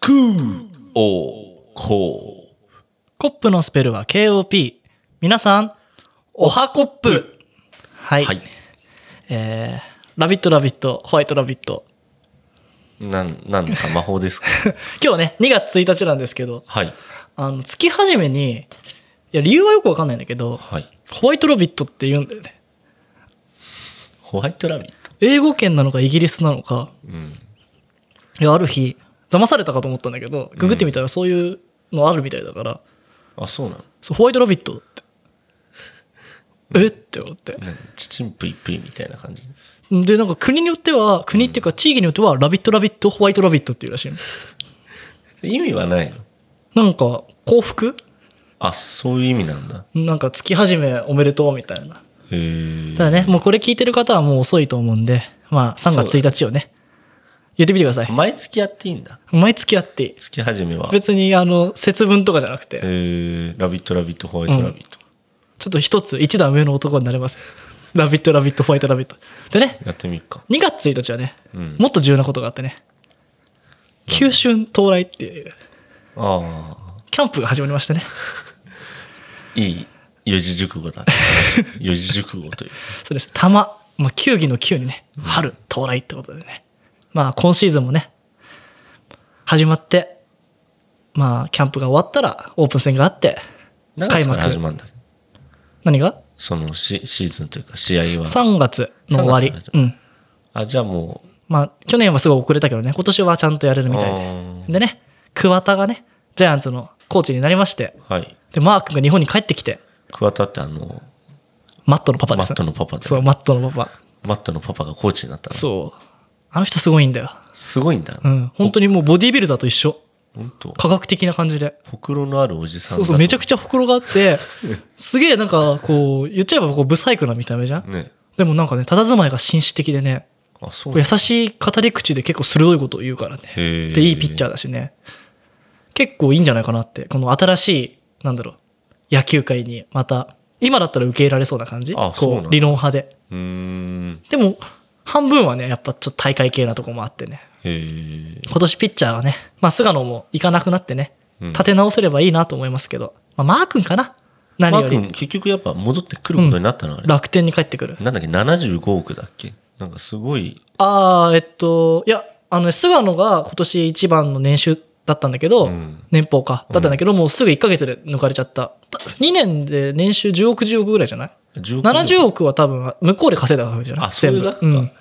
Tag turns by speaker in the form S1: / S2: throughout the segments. S1: クーオーコ
S2: コップのスペルは KOP。皆さん、おはコップは
S1: ー
S2: い、
S1: はい
S2: えーラビットラビット、ホワイトラビット。
S1: なんなんか魔法 ですか
S2: 今日ね、2月1日なんですけど、
S1: はい
S2: あの、月初めに、いや、理由はよくわかんないんだけど、
S1: はい
S2: ホワイトラビットって言うんだよね。
S1: ホワイトラビット
S2: 英語圏なのかイギリスなのか、
S1: うん
S2: いや、ある日、騙されたかと思ったんだけど、ググってみたらそういうのあるみたいだから、
S1: あそうなの
S2: そうホワイトラビットって。えって思って。
S1: なんかちちんぷいぷいみたいな感じ
S2: でなんか国によっては国っていうか地域によってはラビットラビットホワイトラビットっていうらしいの
S1: 意味はないの
S2: なんか幸福
S1: あそういう意味なんだ
S2: なんか月始めおめでとうみたいな
S1: へえ
S2: ただねもうこれ聞いてる方はもう遅いと思うんでまあ3月1日をね言ってみてください
S1: 毎月やっていいんだ
S2: 毎月やっていい
S1: 月始めはへ
S2: 別にあの節分とかじゃなくて
S1: えラビットラビットホワイトラビット、
S2: ちょっと一つ一段上の男になれますラビットラビットホワイトラビットでね
S1: やってみっか
S2: 2月1日はね
S1: うん
S2: もっと重要なことがあってね九州到来っていう
S1: ああ
S2: キャンプが始まりましたね
S1: いい四字熟語だ ね四字熟語という
S2: そうです。玉。まあ、球技の球にね、春到来ってことでね。まあ、今シーズンもね、始まって、まあ、キャンプが終わったら、オープン戦があって、
S1: 何月から始まるんだ
S2: 何が
S1: そのシシーズンというか試合は
S2: ?3 月の終わり
S1: 3月。
S2: う
S1: の
S2: ん。
S1: あじゃあもう
S2: まあ、去年はすごい遅れたけどね、今年はちゃんとやれるみたい
S1: あー
S2: で。でね、桑田がね、ジャイアンツのコーチになりまして、
S1: はい
S2: で、マー君が日本に帰ってきて、
S1: 桑田ってあの
S2: マットのパパ
S1: マ
S2: です
S1: ッ。トのパパで
S2: そう、マットのパパ。
S1: マットのパパがコーチになったの
S2: そう。あの人すごいんだよ。
S1: すごいんだ
S2: う
S1: 本
S2: ん。本当にもうボディービルダーと一緒。
S1: 当
S2: 科学的な感じで。
S1: ほくろのあるおじさん
S2: そうそう、めちゃくちゃほくろがあ って、すげえなんかこう、言っちゃえばこう、不細工な見た目じゃん。
S1: ね
S2: でもなんかね、佇まいが紳士的でね、
S1: あそう
S2: 優しい語り口で結構鋭いことを言うからね。
S1: へえ
S2: で、いいピッチャーだしね。結構いいんじゃないかなって、この新しい、なんだろう、野球界にまた、今だったら受け入れられそうな感じ。
S1: あそうなん
S2: こ
S1: だ
S2: う、理論派で。
S1: うーん
S2: でも、半分はね、やっぱちょっと大会系なとこもあってね。
S1: へえ
S2: 今年ピッチャーはね、まあ、菅野も行かなくなってね、
S1: うん
S2: 立て直せればいいなと思いますけど、まあ、マー君かな何
S1: マ
S2: よ
S1: ー君
S2: り
S1: 結局やっぱ戻ってくることになったのあれ
S2: 楽天に帰ってくる。
S1: なんだっけ75億だっけなんかすごい
S2: ああ、えっと、いや、あのね、菅野が今年一番の年収だったんだけど、
S1: うん
S2: 年俸か、だったんだけど、もうすぐ1ヶ月で抜かれちゃった。2年で年収10億、10億ぐらいじゃない
S1: 10億
S2: ?70 億は多分、向こうで稼いだわけじゃない
S1: あそういう額か
S2: ん。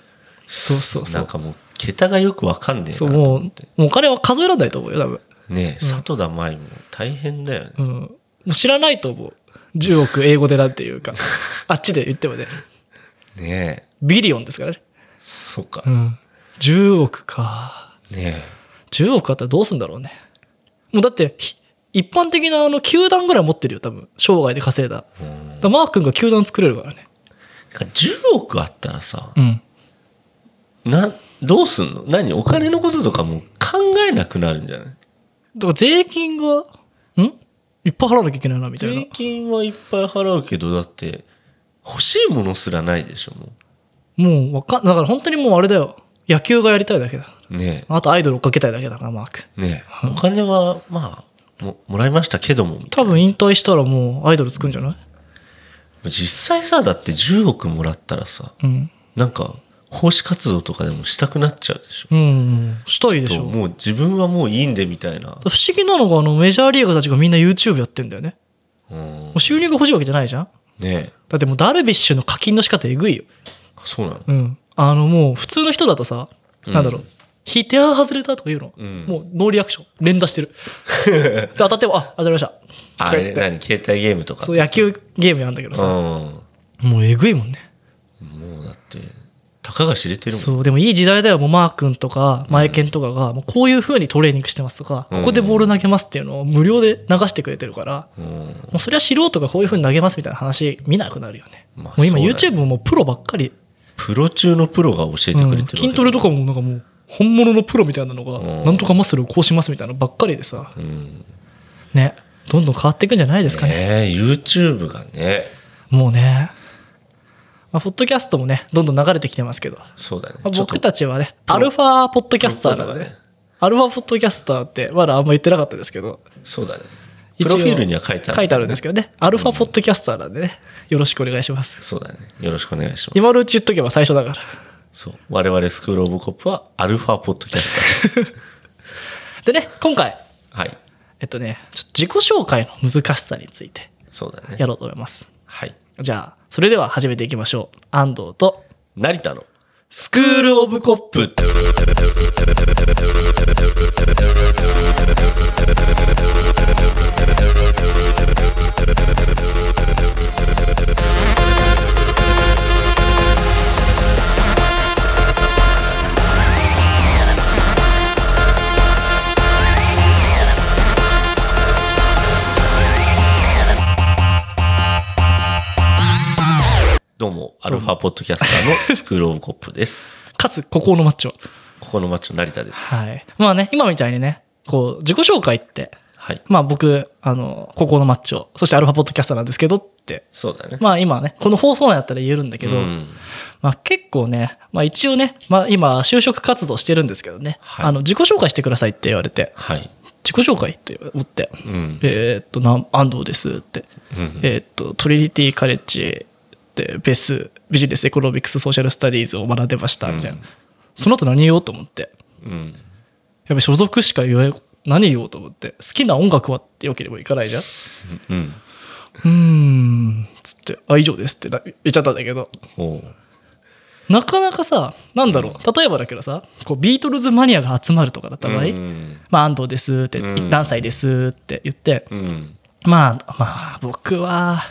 S2: そうそうそ
S1: な。
S2: うん
S1: かもう桁がよくわかんねえ
S2: そう、
S1: なと
S2: もう、
S1: 思
S2: も
S1: って
S2: うお金は数えられないと思うよ、多分。
S1: ねえ里田舞も大変だよね
S2: うん、もう知らないと思う10億英語でなんていう かあっちで言ってもね
S1: ねえ
S2: ビリオンですからね、
S1: そっか
S2: うん、10億か
S1: ね
S2: 10億あったらどうすんだろうねもうだってひ一般的なあの球団ぐらい持ってるよ多分生涯で稼いだだか
S1: えうん
S2: らマー君が球団作れるからね
S1: てか10億あったらさ
S2: うん
S1: などうすんの何お金のこととかもう考えなくなるんじゃない
S2: だから税金がんいっぱい払わなきゃいけないなみたいな
S1: 税金はいっぱい払うけどだって欲しいものすらないでしょも
S2: もうわかんだから本当にもうあれだよ野球がやりたいだけだ
S1: うね
S2: あとアイドル追っかけたいだけだからマー君
S1: えねえお金はまあももらいましたけどもみたい
S2: 多分引退したらもうアイドル作るんじゃない
S1: な実際さだって10億もらったらさ
S2: うん
S1: なんか奉仕活動とかでもしたくなっちゃうでしょ
S2: うん、したいでし
S1: と
S2: ょ。
S1: もう自分はもういいんでみたいな
S2: 不思議なのが、あの、メジャーリーガーたちがみんな YouTube やってんだよね。
S1: うん
S2: もう収入が欲しいわけじゃないじゃん
S1: ねえ
S2: だってもうダルビッシュの課金の仕方えぐいよ。
S1: そうなの
S2: うん。あの、もう普通の人だとさ、なんだろう。
S1: うん
S2: 引いては外れたとか言うの、
S1: うん
S2: もうノーリアクション。連打し てる。で、当たっても、あ、当たりました。
S1: あ
S2: と
S1: れ
S2: か言って
S1: 何携帯ゲームとか
S2: そう、野球ゲームなんだけど
S1: う
S2: さ、
S1: ん
S2: もうえぐいもんね。
S1: もうだってたかが知れてるもん
S2: そう、でもいい時代だよ。もうマー君とか、マエケンとかが、もうこういう風にトレーニングしてますとか、
S1: うん
S2: ここでボール投げますっていうのを無料で流してくれてるから、
S1: うん
S2: もうそれは素人がこういう風に投げますみたいな話見なくなるよね。
S1: まあ
S2: もう今
S1: そうだよ
S2: YouTube ももうプロばっかり、
S1: プロ中のプロが教えてくれてるわけだ
S2: うん筋トレとかもなんかもう本物のプロみたいなの
S1: う
S2: が
S1: ん
S2: なんとかマッスルをこうしますみたいなのばっかりでさ
S1: うん
S2: ねどんどん変わっていくんじゃないですかね
S1: ねえ YouTube がね
S2: もうね、まあ、ポッドキャストもねどんどん流れてきてますけど、ま
S1: そうだね
S2: あ
S1: ちょっと
S2: 僕たちはね
S1: ロ
S2: アルファポッドキャスター
S1: プ
S2: な
S1: ロだ
S2: ので、
S1: ね
S2: ね、アルファポッドキャスターってまだあんま言ってなかったですけど
S1: そうだね。プ
S2: 一応
S1: ロフィールには書いてある。
S2: 書いてあるんですけどねアルファポッドキャスターなんでねよろしくお願いします
S1: そうだね。よろしくお願いします。
S2: 今のうち言っとけば最初だから
S1: そう。我々スクールオブコップはアルファポッドキャス
S2: でね今回
S1: ター。はい。
S2: えっとねちょっと自己紹介の難しさについて
S1: そうだね
S2: や。ろうと思います
S1: はい。
S2: じゃあそれでは始めていきましょう安藤と
S1: 成田のスクールオブコップ。どうも、アルファポッドキャスターのスクールオブコップです。
S2: かつ孤高のマッチョ
S1: ここの町の成田です。
S2: はいまあね今みたいにねこう自己紹介って
S1: はい。
S2: まあ僕あの孤高のマッチョそしてアルファポッドキャスターなんですけどって
S1: そうだね。
S2: まあ今ねこの放送内だったら言えるんだけど、
S1: うん
S2: まあ、結構ね、まあ、一応ね、まあ、今就職活動してるんですけどね、
S1: はい
S2: あの自己紹介してくださいって言われて
S1: はい。
S2: 自己紹介って思って
S1: うん
S2: 「えーっとなん安藤です」って
S1: うん
S2: 「えーっとトリニティカレッジでベースビジネスエコノミクスソーシャルスタディーズを学んでました」みたいな、
S1: うん
S2: その後何言おうと思って
S1: うん。
S2: やっぱ所属しか言え何言おうと思って好きな音楽はってよければいかないじゃん
S1: うん。
S2: うーんつって「あ以上です」ってな言っちゃったんだけど
S1: おう
S2: なかなかさなんだろう例えばだけどさこうビートルズマニアが集まるとかだった場合、
S1: うん
S2: まあ、安藤ですって、
S1: うん
S2: 何歳ですって言って、
S1: うん。
S2: まあまあ僕は、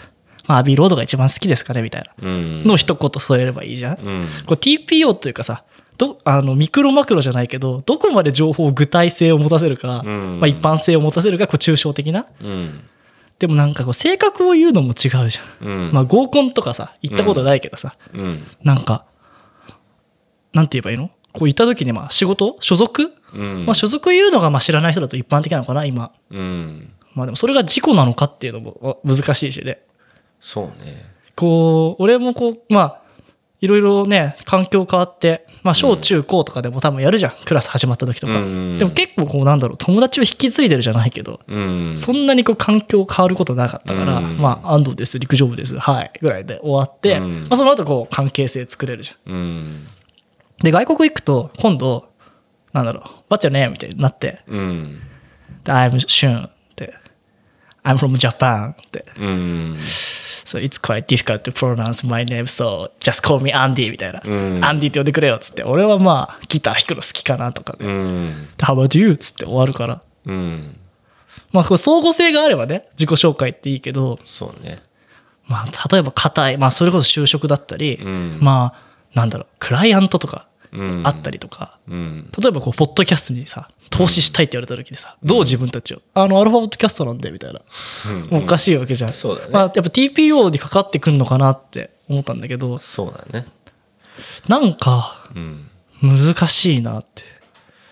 S2: まあ、アビーロードが一番好きですかねみたいな
S1: うん。
S2: のを一言添えればいいじゃん、
S1: うん。
S2: こう TPO というかさどあのミクロマクロじゃないけどどこまで情報を具体性を持たせるか、
S1: うん
S2: まあ、一般性を持たせるかこう抽象的な
S1: うん。
S2: でもなんかこう性格を言うのも違うじゃん、
S1: うん。
S2: まあ、合コンとかさ行ったことないけどさ、
S1: うん。
S2: なんか、なんて言えばいいのこう行った時に、まあ仕事所属、
S1: うん。
S2: まあ所属言うのがまあ知らない人だと一般的なのかな、今。
S1: うん。
S2: まあでもそれが事故なのかっていうのもあ難しいしね。
S1: そうね。
S2: こう、俺もこう、まあ、いろいろね、環境変わって、まあ小
S1: うん
S2: 中高とかでも多分やるじゃん。クラス始まった時とか。
S1: うん
S2: でも結構こうなんだろう、友達を引き継いでるじゃないけど、
S1: うん。
S2: そんなにこう環境変わることなかったから、
S1: うん
S2: まあ安藤です、陸上部です、はい、ぐらいで終わって、
S1: うん
S2: まあその後こう関係性作れるじゃん。
S1: うん。
S2: で、外国行くと、今度、なんだろう、バッチャねみたいになって、
S1: うん。
S2: で I'm Shun って、I'm from Japan って、
S1: うん。
S2: So it's quite difficult to pronounce my name, so just call me Andy みたいな。
S1: うん
S2: Andy って呼んでくれよっつって、俺はまあ、ギター弾くの好きかなとかね。
S1: うん。
S2: で How about you? っつって終わるから。
S1: うん。
S2: まあ、これ相互性があればね、自己紹介っていいけど、
S1: そうね。
S2: まあ、例えば硬い、まあ、それこそ就職だったり、
S1: うん
S2: まあ、なんだろう、クライアントとか
S1: うん。
S2: あったりとか、
S1: うん。
S2: 例えばこうポッドキャストにさ投資したいって言われた時にさ、どう自分たちをあのアルファポッドキャストなんでみたいな、もうおかしいわけじゃん、
S1: そうだね
S2: まあ、やっぱ TPO にかかってくるのかなって思ったんだけど
S1: そうだね。
S2: なんか
S1: うん。
S2: 難しいなって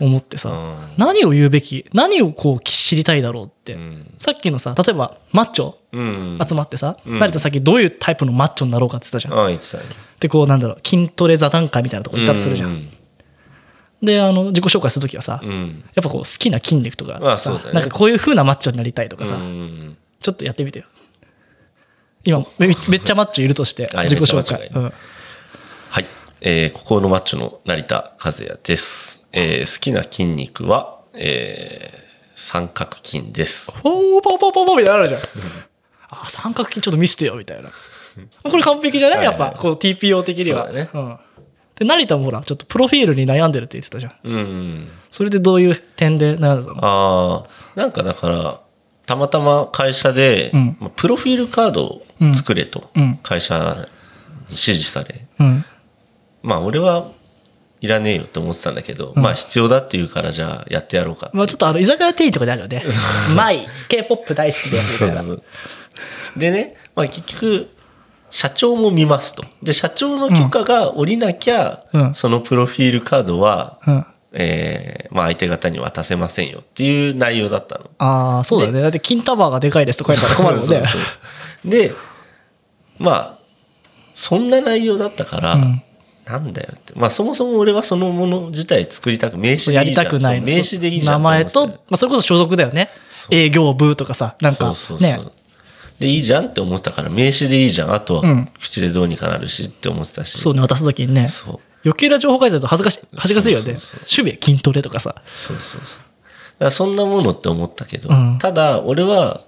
S2: 思ってさ、
S1: うん
S2: 何を言うべき何をこう知りたいだろうって、
S1: うん。
S2: さっきのさ例えばマッチョ
S1: うん。
S2: 集まってさ、
S1: うん
S2: 成田さっきどういうタイプのマッチョになろうかって言ったじゃん、
S1: ああ、言ってたね。
S2: でこうなんだろう筋トレ座談会みたいなとこ行ったとするじゃん、
S1: うん。
S2: であの自己紹介する時はさ、
S1: うん。
S2: やっぱこう好きな筋肉とか
S1: まあ
S2: さ
S1: そうだよね
S2: なんかこういう風なマッチョになりたいとかさ、
S1: うん
S2: ちょっとやってみてよ今めめっちゃマッチョいるとして
S1: あ
S2: 自己紹
S1: め
S2: 介
S1: っちゃマッチョがい、るはい。えー、ここのマッチョの成田和也です。えー、好きな筋肉は、えー、三角筋です。
S2: うん、おーポンポンポンポンみたいなのあるじゃんあ三角筋ちょっと見せてよみたいな これ完璧じゃないやっ
S1: はい
S2: ぱ
S1: はい
S2: こう TPO 的には
S1: そうだね
S2: ん、で成田もほらちょっとプロフィールに悩んでるって言ってたじゃん
S1: うん。
S2: それでどういう点で悩んだの
S1: ああ、なんかだから、たまたま会社で、
S2: うん
S1: まあプロフィールカードを作れと
S2: うんうん、
S1: 会社に指示され、
S2: うん
S1: まあ俺はいらねえよって思ってたんだけど、
S2: うん
S1: まあ必要だって言うからじゃあやってやろうかって
S2: まあちょっとあの居酒屋店員とかである よねマイ k p o p 大好きです
S1: そ
S2: み
S1: う
S2: たいな
S1: そうでね、まあ、結局社長も見ますとで社長の許可が下りなきゃ、
S2: うん
S1: そのプロフィールカードは、
S2: うん、あ
S1: えーまあ、相手方に渡せませんよっていう内容だったの。
S2: あーそうだよねだって金玉がでかいですとか言ったら困るもん
S1: そう
S2: ね
S1: そうそうでまあそんな内容だったから、
S2: うん
S1: なんだよって。まあそもそも俺はそのもの自体作りたく、名刺
S2: や
S1: でいい
S2: り
S1: じゃ
S2: た
S1: ん。
S2: くない
S1: そう
S2: の
S1: 名刺でいいじゃん
S2: 名前
S1: 思
S2: と、
S1: っ
S2: ま
S1: て
S2: あ、それこそ所属だよね
S1: そう
S2: 営業部とかさなん
S1: た
S2: か
S1: の
S2: ね
S1: そうそうそう。で、いいじゃんって思ってたから、名刺でいいじゃん。あと
S2: う
S1: は
S2: ん
S1: 口でどうにかなるしって思ってたし。
S2: そうね渡す時にね
S1: そう
S2: 余計な情報書いてあると恥ずかしい恥ずかしいよね
S1: そうそうそう
S2: 守備筋トレとかさ
S1: そうそうそう。だからそんなものって思ったけど、
S2: うん
S1: ただ俺は、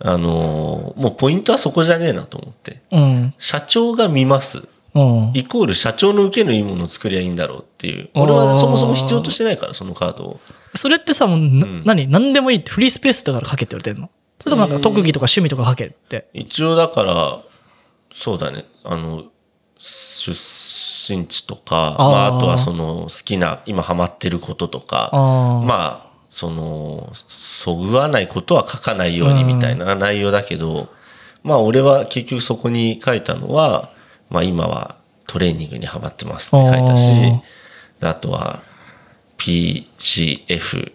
S1: あのーもうポイントはそこじゃねえなと思って。
S2: うん
S1: 社長が見ます。
S2: うん
S1: イコール社長の受けのいいものを作りゃいいんだろうっていう。
S2: あー
S1: 俺はそもそも必要としてないから、そのカードを。
S2: それってさもうな、
S1: うん
S2: 何何でもいいってフリースペースだから書けって言われてんのそれともなんか特技とか趣味とか書けって
S1: 一応だから、そうだね。あの、出身地とか、
S2: あー
S1: まあ、あとはその好きな、今ハマってることとか、
S2: ああ
S1: まあ、その、そぐわないことは書かないようにみたいな内容だけど、まあ俺は結局そこに書いたのは、まあ今はトレーニングにハマってますって書いたし
S2: あー、
S1: であとは PCF、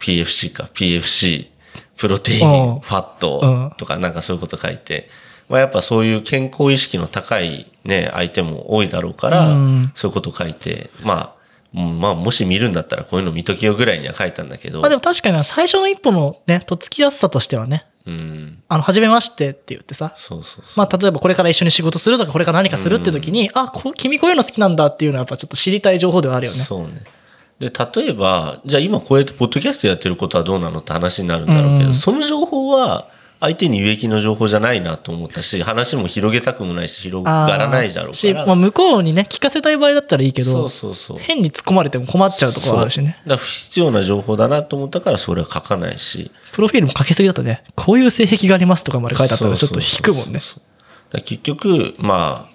S1: PFC か、PFC、プロテイ
S2: うん
S1: ン、ファットとかなんかそういうこと書いて、まあやっぱそういう健康意識の高いね、相手も多いだろうから、
S2: うん
S1: そういうこと書いて、まあ、うんまあもし見るんだったらこういうの見とけよぐらいには書いたんだけど、
S2: まあでも確かにな最初の一歩のねとっつきやすさとしてはね
S1: うん、
S2: あの初めましてって言ってさ
S1: そうそうそう。
S2: まあ、例えばこれから一緒に仕事するとかこれから何かするって時に、あこ君こういうの好きなんだっていうのはやっぱちょっと知りたい情報ではあるよね。
S1: そうね。で、例えば、じゃあ今こうやってポッドキャストやってることはどうなのって話になるんだろうけど、
S2: うん
S1: その情報は相手に有益の情報じゃないなと思ったし、話も広げたくもないし、広
S2: あー
S1: がらないだろう
S2: し、
S1: から。
S2: まあ、向こうにね聞かせたい場合だったらいいけど
S1: そうそうそう。
S2: 変に突っ込まれても困っちゃうところはあるしね
S1: そう。だから不必要な情報だなと思ったからそれは書かないし。
S2: プロフィールも書きすぎだとねこういう性癖がありますとかまで書いてあったらちょっと
S1: そう
S2: 引くもんね。
S1: そうそうそうだから結局、まあ、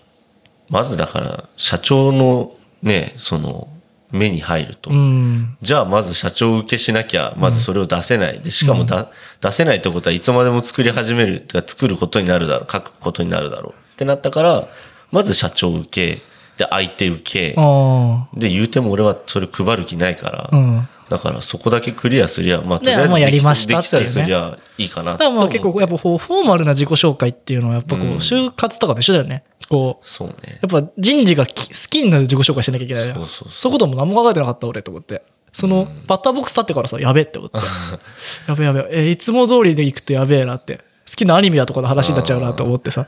S1: まずだから、社長のね、その、目に入ると。
S2: うん
S1: じゃあまず社長受けしなきゃ、まずそれを出せない。で、しかもだ、出せないってことはいつまでも作り始める、てか作ることになるだろう、書くことになるだろうってなったから、まず社長受け、で、相手受け、
S2: あ
S1: で、言うても俺はそれ配る気ないから、
S2: あうん
S1: だからそこだけクリアすりゃ、まあ、と
S2: で
S1: りあえず
S2: もうやりま
S1: で
S2: し
S1: き
S2: た
S1: で
S2: って
S1: きたりす
S2: いうね
S1: りゃいいかな
S2: だ
S1: と
S2: からま
S1: 思
S2: あ
S1: って
S2: 結構やっぱこうフォーマルな自己紹介っていうのはやっぱこう
S1: うん
S2: 就活とかと一緒だよね。こう
S1: そうね。
S2: やっぱ人事がき好きになる自己紹介しなきゃいけないじゃん
S1: そうそうそう
S2: そういうことも何も考えてなかった俺と思ってそのバッターボックス立ってからさやべえっ て思ってやべえやべええいつも通りで行くとやべえなって好きなアニメだとかの話になっちゃうなと思ってさ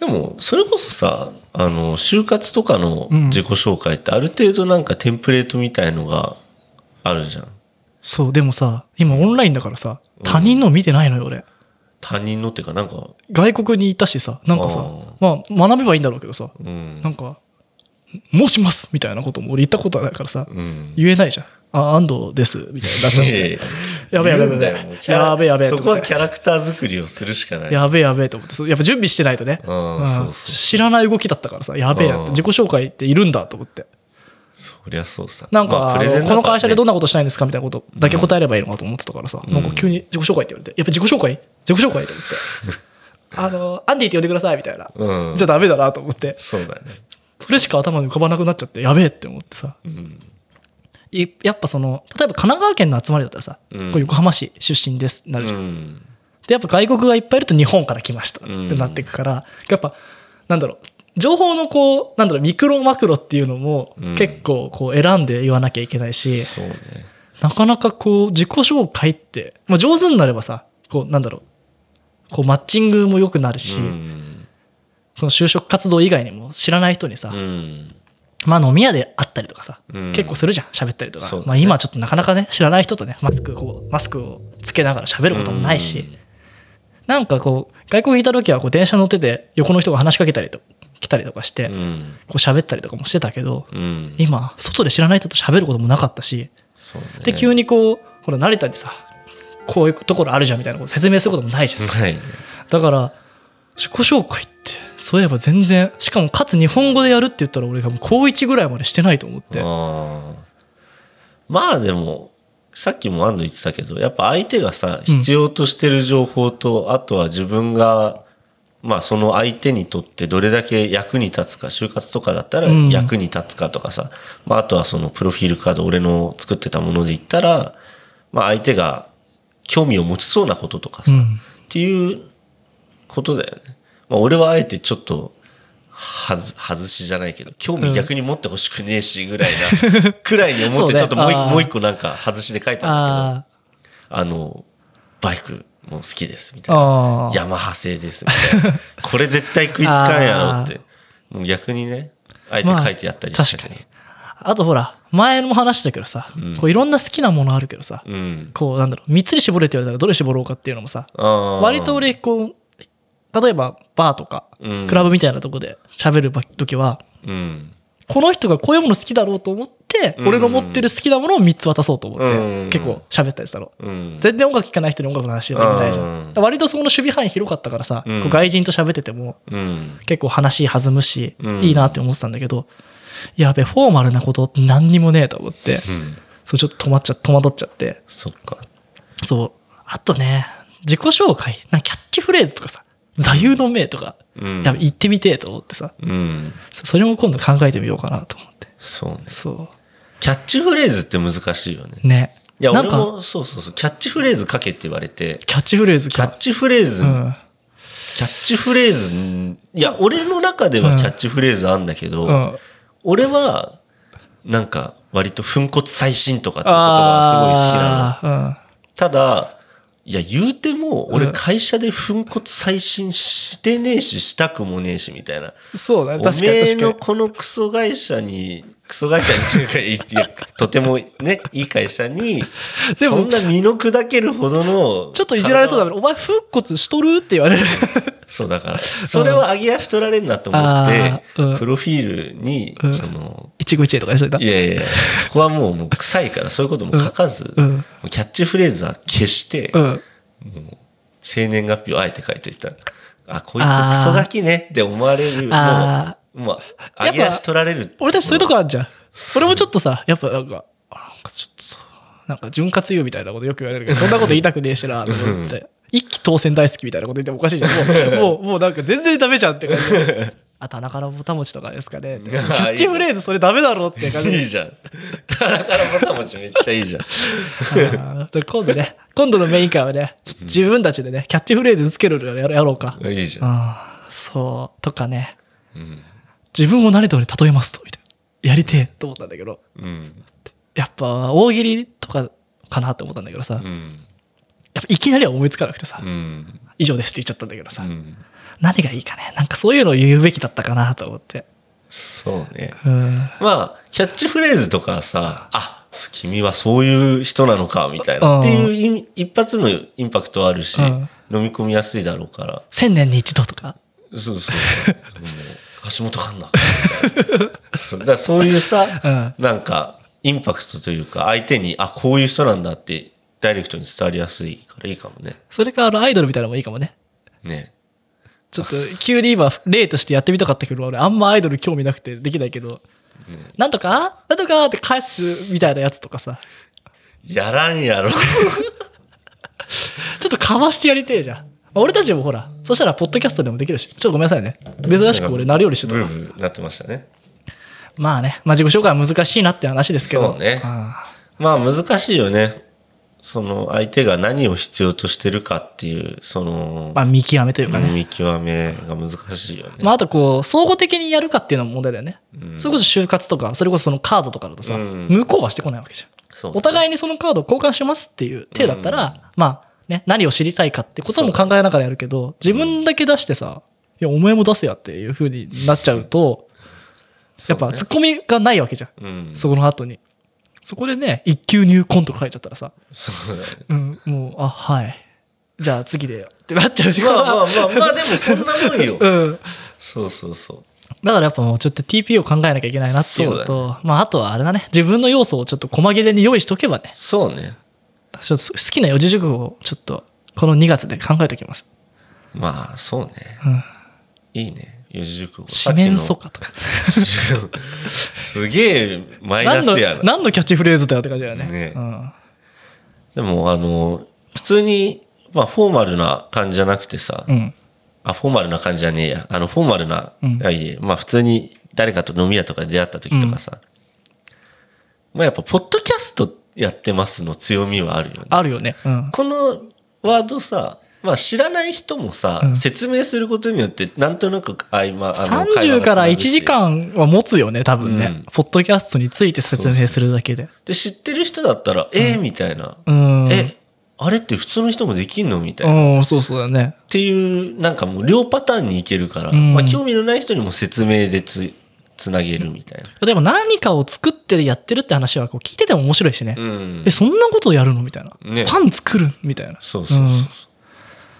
S1: でも、それこそさ、あの、就活とかの自己紹介ってある程度なんかテンプレートみたいのがあるじゃん。
S2: そうでもさ今オンラインだからさ他人の見てないのよ俺
S1: 他人のっていうか、なんか、
S2: 外国にいたしさなんかさ
S1: あ
S2: まあ学べばいいんだろうけどさ
S1: うん
S2: な。んか「申します」みたいなことも俺言ったことはないからさ
S1: うん。
S2: 言えないじゃん「あ安藤です」みたいに なっちゃってやべえやべ
S1: 言
S2: え
S1: うんだよもうキャラ
S2: やべえやべえと
S1: そ
S2: 思って
S1: こはキャラクター作りをするしかない。
S2: やべえやべえと思ってそうやっぱ準備してないとね
S1: うん
S2: うん
S1: そうそう
S2: 知らない動きだったからさやべえやっ
S1: うん
S2: て自己紹介っているんだと思って
S1: そりゃそうさ。
S2: なんか、
S1: まあ
S2: あのこの会社でどん
S1: な
S2: なことしたいんですかみたいなことだけ答えればいいのかと思ってたからさ、なんか急に自己紹介って言われてやっぱ自己紹介自己紹介と思 ってあのアンディって呼んでくださいみたいな、
S1: うん
S2: じゃダメだなと思って
S1: そうだね。
S2: それしか頭に浮かばなくなっちゃってやべえって思ってさ
S1: うん。
S2: いやっぱその例えば神奈川県の集まりだったらさ、
S1: うん
S2: これ横浜市出身ですなる
S1: う
S2: じゃん、
S1: ん。
S2: でやっぱ外国がいっぱいいると日本から来ましたっ
S1: うん
S2: てなっていくから、やっぱなんだろう情報のこうなんだろうミクロマクロっていうのも
S1: うん
S2: 結構こう選んで言わなきゃいけないし、
S1: そうね。
S2: なかなかこう自己紹介って、まあ、上手になればさこうなんだろうこうマッチングも良くなるし、
S1: うん。
S2: その就職活動以外にも知らない人にさ、
S1: うん。
S2: まあ飲み屋で会ったりとかさ、
S1: うん
S2: 結構するじゃん喋ったりとか、
S1: そうだね
S2: まあ今はちょっとなかなかね知らない人とねマスクこうマスクをつけながら喋ることもないし、なんかこう外国にいた時はこう電車乗ってて横の人が話しかけたりと来たりとかして、
S1: う
S2: こ
S1: ん。
S2: う喋ったりとかもしてたけど
S1: うん。
S2: 今外で知らない人と喋ることもなかったし
S1: そうね。
S2: で急にこうほら成田にさこういうところあるじゃんみたいなこと説明することもないじゃん
S1: はい。
S2: だから自己紹介ってそういえば全然しかもかつ日本語でやるって言ったら俺がもう高1ぐらいまでしてないと思って
S1: あーまあでもさっきも安藤言ってたけどやっぱ相手がさ必要としてる情報と、あとは自分がまあその相手にとってどれだけ役に立つか就活とかだったら
S2: うん
S1: 役に立つかとかさ、まあ、あとはそのプロフィールカード俺の作ってたもので言ったら、まあ、相手が興味を持ちそうなこととかさ、
S2: うん
S1: っていうことだよね。まあ、俺はあえてちょっとはず、外しじゃないけど、興味逆に持ってほしくねえし、ぐらい な、くらいに思っ
S2: そう
S1: て、
S2: ね
S1: ちょっともう一
S2: あー
S1: もう一個なんか外しで書いたんだ
S2: あ
S1: けど、あの、バイクも好きです、み
S2: あ。
S1: たいな。
S2: ああ。
S1: ヤマハ製です、みたい な。これ絶対食いつかんやろって。もう逆にね、あえて書いてやったりしたけど。
S2: まあとほら、前も話したけどさ、
S1: うん
S2: こういろんな好きなものあるけどさ、
S1: うん。
S2: こうなんだろう、3つに絞れって言われたらどれ絞ろうかっていうのもさ、
S1: あー
S2: 割と、俺、こう、例えばバーとか、
S1: うん
S2: クラブみたいなとこで喋る時は、
S1: うん。
S2: この人がこういうもの好きだろうと思って、
S1: うん
S2: 俺の持ってる好きなものを3つ渡そうと思って、
S1: うん
S2: 結構喋ったりしたの。
S1: うん。
S2: 全然音楽聴かない人に音楽の話はできないじゃ
S1: うん
S2: ん。割とそこの守備範囲広かったからさ、
S1: うん
S2: こう外人と喋ってても
S1: うん。
S2: 結構話弾むし、
S1: うん
S2: いいなって思ってたんだけど、やべ、フォーマルなこと何にもねえと思って、
S1: うん。
S2: そうちょっと止まっちゃ、戸惑っちゃって。
S1: そっか。
S2: そう。あとね、自己紹介、なんかキャッチフレーズとかさ、座右の銘とか、
S1: うん。
S2: やべ、行ってみてえと思ってさ、
S1: うん。
S2: そそれも今度考えてみようかなと思って。
S1: そうね。
S2: そ
S1: キャッチフレーズって難しいよね。
S2: う。ね。
S1: いや、
S2: なん
S1: 俺
S2: か
S1: も、そうそうそう、キャッチフレーズ書けって言われて、
S2: キャッチフレーズ
S1: キャ
S2: か
S1: ッ。チフレーズ、
S2: うん。
S1: キャッチフレーズん、いや、俺の中ではキャッチフレーズあんだけど、
S2: うん。
S1: 俺は、なんか、割と、粉骨最新とかって言葉がすごい好きなの。
S2: の。
S1: ただ、いや、言うても、
S2: う
S1: 俺
S2: ん
S1: 会社で粉骨最新してねえし、したくもねえし、みたいな。
S2: うん。そうだね。
S1: お
S2: 確か
S1: め
S2: に
S1: え
S2: 確か
S1: の
S2: に。
S1: このクソ会社に、クソ会社にというかいや、いやとてもね、いい会社に、
S2: でも
S1: そんな身の砕けるほどの。
S2: ちょっといじられそうだけ
S1: 体
S2: ど、お前、復骨しとるって言われ る。
S1: はそうだから。それは上げ足取られんなと思って
S2: あ、ーうん
S1: プロフィールに
S2: う、ん
S1: その、
S2: 一期一会とかでしといた
S1: い。やいやいや、そこはもうもう臭いから、そういうことも書かず、
S2: うんうん
S1: もうキャッチフレーズは消して、
S2: う。
S1: もうん生年月日をあえて書いといた。あ、こいつ
S2: あー
S1: クソガキねって思われるの
S2: あ
S1: を、もう、上げ足取られる。
S2: 俺たちそういうとこあるじゃん。
S1: そう
S2: 俺もちょっとさ、やっぱなんか、あなんかちょっとさ、なんか潤滑油みたいなことよく言われるけど、そんなこと言いたくねえしな、と思って。一気当選大好きみたいなこと言ってもおかしい じゃん。もう、もう、もうなんか全然ダメじゃんって感じで。あ、田中のぼたもちとかですかねって。キャッチフレーズそれダメだろって感じ
S1: いい
S2: で。
S1: じゃん。田中のぼたもちめっちゃいいじ ゃん。
S2: あー今度ね、今度のメイン会はね、ちょっと自分たちでね、キャッチフレーズつけるのやろやろうか。
S1: いいじゃん。
S2: ああ、そう、とかね。
S1: うん。
S2: 自分を何とに例えますと、みたいな。やりてえと思ったんだけど。
S1: うん。
S2: やっぱ大喜利とかかなって思ったんだけどさ、
S1: う
S2: やっ
S1: ん。
S2: ぱいきなりは思いつかなくてさ、
S1: うん。
S2: 以上ですって言っちゃったんだけど
S1: う
S2: さ、
S1: ん。
S2: 何がいいかねなんかそういうのを言うべきだったかなと思って
S1: そうね。
S2: うん
S1: まあ、キャッチフレーズとかはさ、あ、君はそういう人なのか、みたいうな。
S2: ん
S1: っていうイン一発のインパクトはあるし、
S2: うん
S1: 飲み込みやすいだろうから。
S2: 千年に一度とか
S1: そうそうそう。もう橋本環奈みたいな そうだからそういうさ、なんか、インパクトというか、相手に、あ、こういう人なんだって、ダイレクトに伝わりやすいからいいかもね。
S2: それかあのアイドルみたいなのもいいかもね
S1: ね。
S2: ちょっと急に今例としてやってみたかったけど俺あんまアイドル興味なくてできないけど、なんとかなんとかって返すみたいなやつとかさ
S1: やらんやろ。
S2: ちょっとかわしてやりてえじゃんまあ俺たちもほらそしたらポッドキャストでもできるしちょっとごめんなさいね珍しく俺なるよりしてた
S1: ブ
S2: わ
S1: ーブーなってましたね。
S2: まあね、まあ、自己紹介は難しいなって話ですけど。
S1: そうね
S2: あ
S1: まあ難しいよね。その相手が何を必要としてるかっていう、その
S2: ー、まあ、見極めというかね。
S1: 見極めが難しいよね。
S2: まあ、あとこう、総合的にやるかっていうのも問題だよね。
S1: うん
S2: それこそ就活とか、それこそそのカードとかだとさ、
S1: うん
S2: 向こうはしてこないわけじゃん。
S1: そう
S2: お互いにそのカードを交換しますっていう手だったら、まあ、ね、何を知りたいかってことも考えながらやるけど、自分だけ出してさ、いや、お前も出せやっていう風になっちゃうと、やっぱツッコミがないわけじゃん。
S1: うん。
S2: そこの後に。そこでね、一級入魂とか書いちゃったらさ、
S1: そう だね。
S2: うん、もう、あ、はい。じゃあ次で、ってなっちゃうし、
S1: まあまあまあ、ま あでもそんなもんよ。
S2: うん。
S1: そうそうそう。
S2: だからやっぱもうちょっと TP を考えなきゃいけないなっていうの
S1: そ
S2: と、まああとはあれだね、自分の要素をちょっと細切れに用意しとけばね、
S1: そうね。
S2: ちょっと好きな四字熟語をちょっと、この2月で考えておきます。
S1: まあそうね。
S2: うん。
S1: いいね。四字熟語。
S2: 四面楚
S1: さ
S2: 歌とか。
S1: っきのすげえマイナ
S2: 何
S1: ス
S2: の、
S1: やな。
S2: 何のキャッチフレーズだよって感じだよね。
S1: ね
S2: うん。
S1: でもあの、普通に、まあフォーマルな感じじゃなくてさ、
S2: うん。
S1: あ、フォーマルな感じじゃねえや。あの、フォーマルな、
S2: うん
S1: あいえまあ普通に誰かと飲み屋とかで出会った時とかさ、まあやっぱ、ポッドキャストやってますの強みはあるよね。
S2: あるよね。うん。
S1: このワードさ、まあ知らない人もさ、
S2: うん
S1: 説明することによってなんとなく合間あの会話が
S2: 30
S1: つながるし
S2: から1時間は持つよね、多分ね、
S1: うん
S2: ポッドキャストについて説明するだけで。
S1: で知ってる人だったらえーみたいな、
S2: うん。
S1: えあれって普通の人もできんのみたいな、っ
S2: うん、そうそうだね。
S1: ていうなんかもう両パターンにいけるから、
S2: うん
S1: まあ、興味のない人にも説明でつつなげるみたいな、
S2: でも何かを作ってるやってるって話はこう聞いてても面白いしね。
S1: うん
S2: え、そんなことやるのみたいな、
S1: ね
S2: パン作るみたいな。
S1: そうそうそうそう、だ
S2: ん
S1: か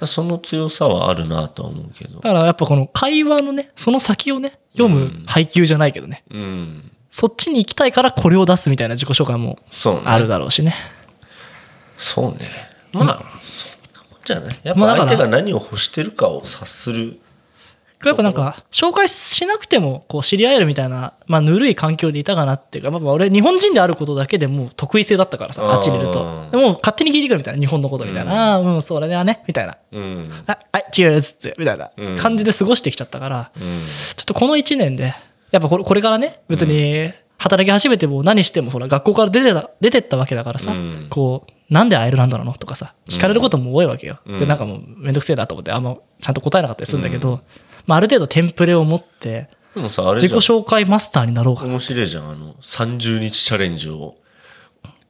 S1: らその強さはあるなとは思うけど
S2: だからやっぱこの会話のね、その先をね、読
S1: うん
S2: む配給じゃないけどね。
S1: うん
S2: そっちに行きたいからこれを出すみたいな自己紹介も
S1: そうね
S2: あるだろうしね。
S1: そうねまあ、そんなもんじゃないやっ
S2: まあ
S1: ぱ
S2: だか
S1: 相
S2: ら
S1: 手が何を欲してるかを察する、
S2: やっぱなんか、紹介しなくても、こう、知り合えるみたいな、まあ、ぬるい環境でいたかなっていうか、まあ、まあ俺、日本人であることだけでもう得意性だったからさ、
S1: あー
S2: あっちにいると。でもう勝手に聞いてくるみたいな、日本のことみたいな。ああー、うん、それはね、みたいな。
S1: うん
S2: あ、はい、チューズって、みたいな
S1: うん
S2: 感じで過ごしてきちゃったから、
S1: うん
S2: ちょっとこの1年で、やっぱこれこれからね、別に働き始めても何しても、ほら、学校から出てた出てったわけだからさ、
S1: うん
S2: こう、なんでアイルランドなのとかさ、聞かれることも多いわけよ。
S1: うん
S2: で、なんかもう、めんどくせえなと思って、あんまちゃんと答えなかったりするんだけど、まあ、ある程度テンプレを持って、
S1: でもさあれじ
S2: 自
S1: ゃ
S2: 己
S1: ん
S2: 紹介マスターになろうかな。
S1: 面白いじゃんあの30日チャレンジを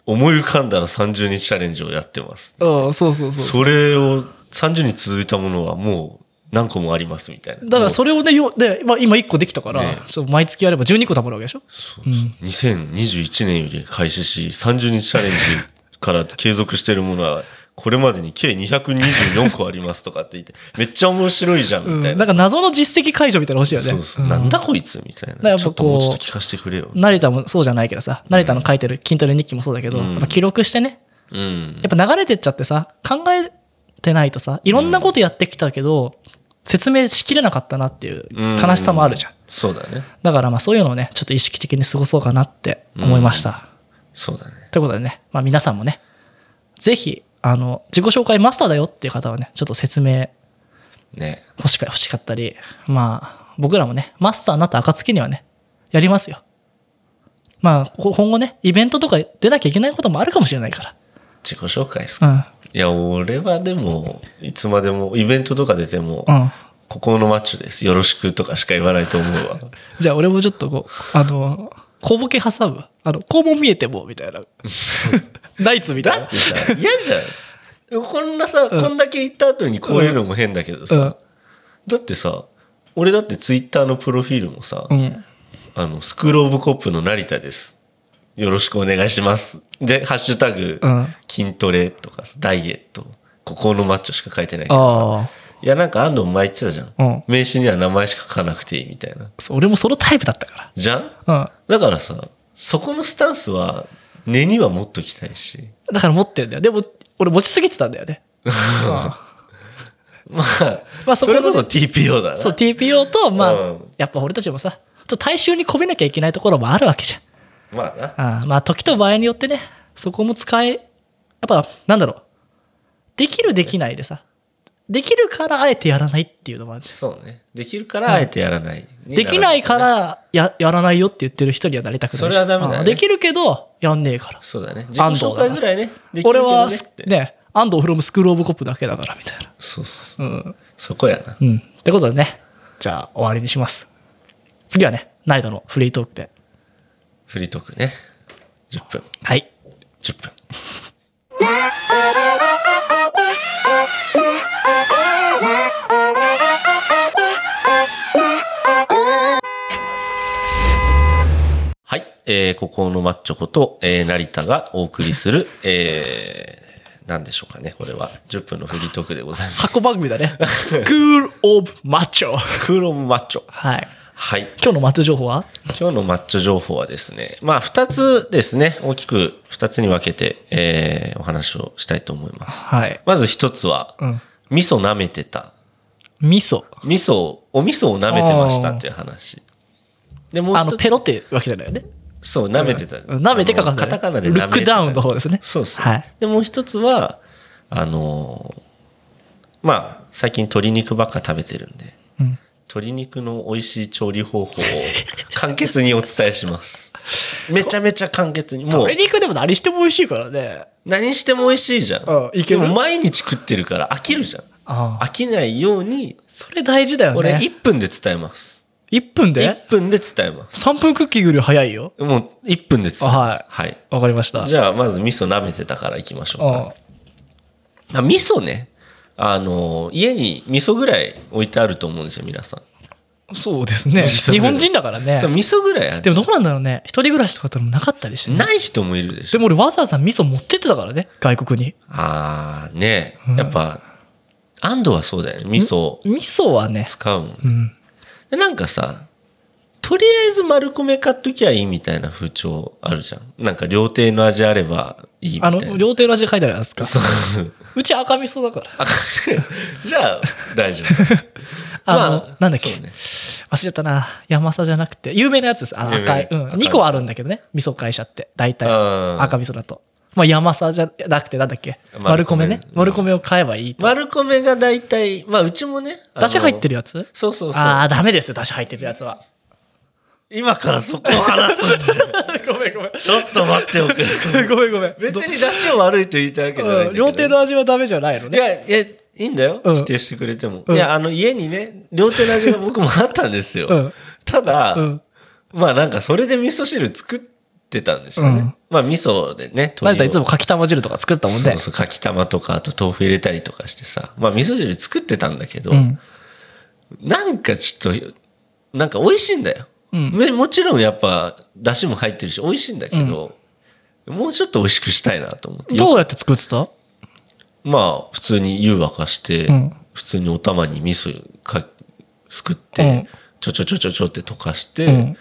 S1: 思い浮かんだら30日チャレンジをやってます
S2: うん、そうそうそう
S1: それを30日続いたものはもう何個もありますみたいな
S2: だから
S1: も
S2: それをね、よでまあ、今1個できたから、
S1: ね
S2: ちょっと毎月やれば12個貯まるわけでしょ
S1: うそうそう2021年より開始し30日チャレンジから継続してるものはこれまでに計224個ありますとかって言ってめっちゃ面白いじゃん
S2: うん、
S1: みた
S2: ないん
S1: な、
S2: か謎の実績解除みたいなの欲しいよね。
S1: そうそう
S2: うん
S1: なんだこいつみたい
S2: ら
S1: な
S2: やっぱ
S1: ち
S2: こ
S1: ょ
S2: う
S1: っともうちょっと聞かせてくれよ
S2: 成田もそうじゃないけどさ成田の書いてる筋トレ日記もそうだけど、
S1: うん
S2: やっぱ記録してね
S1: うん
S2: やっぱ流れてっちゃってさ考えてないとさいろんなことやってきたけど、説明しきれなかったなっていう悲しさもあるじゃん、
S1: そうだね
S2: だからまあそういうのをねちょっと意識的に過ごそうかなって思いました、
S1: そうだね
S2: ということでね、まあ、皆さんもねぜひあの自己紹介マスターだよっていう方はねちょっと説明
S1: ね
S2: 欲しか欲しかったりまあ僕らもねマスターになった暁にはねやりますよまあこ今後ねイベントとか出なきゃいけないこともあるかもしれないか
S1: 自己紹介ですからいや俺はでもいつまでもイベントとか出ても、
S2: うんうん
S1: ここのマッチョですよろしくとかしか言わないと思うわ
S2: じゃあ俺もちょっとこうあの小ボケ挟むわあの肛門見えてもみた いなナイツみたい
S1: だっ
S2: な
S1: てさ嫌じゃんでもこんなさ、
S2: うん
S1: こんだけ言った後にこういうのも変だけどさ、だってさ俺だってツイッターのプロフィールもさ、
S2: うん、うん、
S1: あのスクール・オブ・コップの成田ですよろしくお願いしますで「ハッシュタグ、
S2: うん
S1: 筋トレ」とかさダイエットここのマッチョしか書いてないけどさ
S2: あ
S1: いやなんか安藤も前言ってたじゃん、
S2: あうん
S1: 名刺には名前しか書かなくていいみたいな
S2: そう俺もそのタイプだったか
S1: じゃん
S2: ら
S1: だからさ、そこのスタンスは、根には持っときたいし。
S2: うんだから持ってるんだよでも俺持ちすぎてたんだよね うん
S1: まあ、
S2: まあ
S1: そ
S2: そこの
S1: れ
S2: ね
S1: こそ TPO だな。
S2: そう TPO とまあ、
S1: うん
S2: やっぱ俺たちもさちょっと大衆にこびなきゃいけないところもあるわけじゃん
S1: まあな。
S2: ああまあ時と場合によってねそこも使えやっぱなんだろうできるできないでさできるからあえてやらないっていうのもあるじゃ
S1: そうね。できるからあえてやらない。
S2: んできないか。らややらないよって言ってる人にはなりたくないし
S1: それはダメだよね
S2: ああできるけどやんねえから
S1: そうだね。自己
S2: 安藤だな
S1: 紹介ぐらいね。できるけど
S2: 俺は
S1: ね
S2: す
S1: って
S2: ね安藤フロムスクール・オブ・コップだけだからみたいな
S1: そうそう。
S2: うん、
S1: そこやな。
S2: うん、ってことでねじゃあ終わりにします次はねナイトのフリートークで
S1: フリートークね。10分。
S2: はい
S1: 10分。はい、えー、ここのマッチョこと、えー、成田がお送りする、えー、なんでしょうかね、これは。10分のフリートークでございます。
S2: 箱番組 だね。スクール・オブ・マッチョ。
S1: クーロンマッチョ。
S2: はい。
S1: はい。
S2: 今日のマッチョ情報は
S1: 今日のマッチョ情報はですね、まあ、2つですね、大きく2つに分けて、えー、お話をしたいと思います。
S2: はい。
S1: まず1つは、
S2: うん。
S1: 味噌舐めてた。
S2: 味噌。
S1: 味噌を、お味噌を舐めてましたっていう話。で、もう
S2: あ
S1: 一
S2: の、
S1: つ
S2: ペロってわけじゃないよね。
S1: そう、舐めてた。
S2: うん舐めてかか
S1: あのカタカナで舐
S2: ル
S1: めてた
S2: ックダウンの方ですね。
S1: そうそう。
S2: はい。
S1: で、もう一つは、あのーまあ、最近鶏肉ばっか食べてるんで、
S2: うん
S1: 鶏肉の美味しい調理方 法を簡潔にお伝えします。めちゃめちゃ簡潔に。もう
S2: 鶏、肉でも何しても美味しいからね。
S1: 何しても美味しいじゃん。
S2: うんいけ
S1: で
S2: る
S1: も毎日食ってるから飽きるじゃん。
S2: ああ
S1: 飽きないように、
S2: それ大事だよね
S1: 俺1分で伝えます。
S2: 1分で
S1: 1分で伝えます。
S2: 3分クッキングより早いよ
S1: もう1分で伝えます。はい。
S2: わかりました
S1: じゃあ、まず味噌舐めてたからいきましょう
S2: あ
S1: か。あ味噌ね。あの、家に味噌ぐらい置いてあると思うんですよ、皆さん。
S2: あそうですね
S1: そう
S2: 日本人だからね
S1: そう、味噌ぐらいあ
S2: で
S1: る。
S2: もどうなんだろうね一人暮らしとかってのもなかったりしてね
S1: ない人もいるでし
S2: で
S1: ょ。
S2: も俺わざわざ味噌持ってってたからね外国に
S1: あー、ね
S2: うん
S1: やっぱ、安藤はそうだよね。味噌を
S2: 味噌はね
S1: 使うもん。
S2: うん
S1: で、なんかさ、とりあえず丸米買っときゃいいみたいな風潮あるじゃん。なんか料亭の味あればいいみた
S2: あ
S1: いな。
S2: の料亭の味書いてあるやつか
S1: そう
S2: うち赤味噌だから
S1: あ じゃあ、大丈夫。
S2: あの、なんだっけ、
S1: そうね
S2: 忘れちゃったな山佐じゃなくて有名なやつですあの
S1: 有名な
S2: 赤い、うん、
S1: 赤い
S2: 2個あるんだけどね味噌会社って大体
S1: うん
S2: 赤味噌だとまあ山佐じゃなくてなんだっけ丸
S1: 丸米
S2: 米ね丸米を買えばいいと
S1: 丸米が大体、まあうちもね。
S2: だし入って
S1: る。
S2: るやつ
S1: そうそうそう。
S2: ああーダメですよだし入ってるやつは
S1: 今からそこを話すんじゃん。
S2: ごめんごめん
S1: ちょっと待 っておく。
S2: ごめんごめん
S1: 別に出汁を悪いと言いたいわけじゃないん
S2: う
S1: だ
S2: ん
S1: けど。
S2: 料亭の味はダメじゃないの
S1: い
S2: ね
S1: や、いや、いいんだよ。
S2: うん
S1: 否定してくれても。
S2: うん
S1: いや、あの家にね、料亭の味が僕もあったんですよ。
S2: うん
S1: ただ、
S2: うん
S1: まあなんかそれで味噌汁作ってたんですよね。
S2: うん
S1: まあ味噌でね、
S2: 成田いつ
S1: も
S2: もかきたま汁とか作ったもん
S1: そ
S2: ね
S1: うそう、かきたまとか、あと豆腐入れたりとかしてさ、まあ味噌汁作ってたんだけど、
S2: うん
S1: なんかちょっと、なんか美味しいんだよ。
S2: うん
S1: めもちろんやっぱ、だしも入ってるし、美味しいんだけど、もうちょっと美味しくしたいなと思って。
S2: どうやって作ってた
S1: まあ、普通に湯沸かして、
S2: うん
S1: 普通にお玉に味噌か、すくっ
S2: うん
S1: て、ちょちょちょちょちょって溶かして、
S2: うん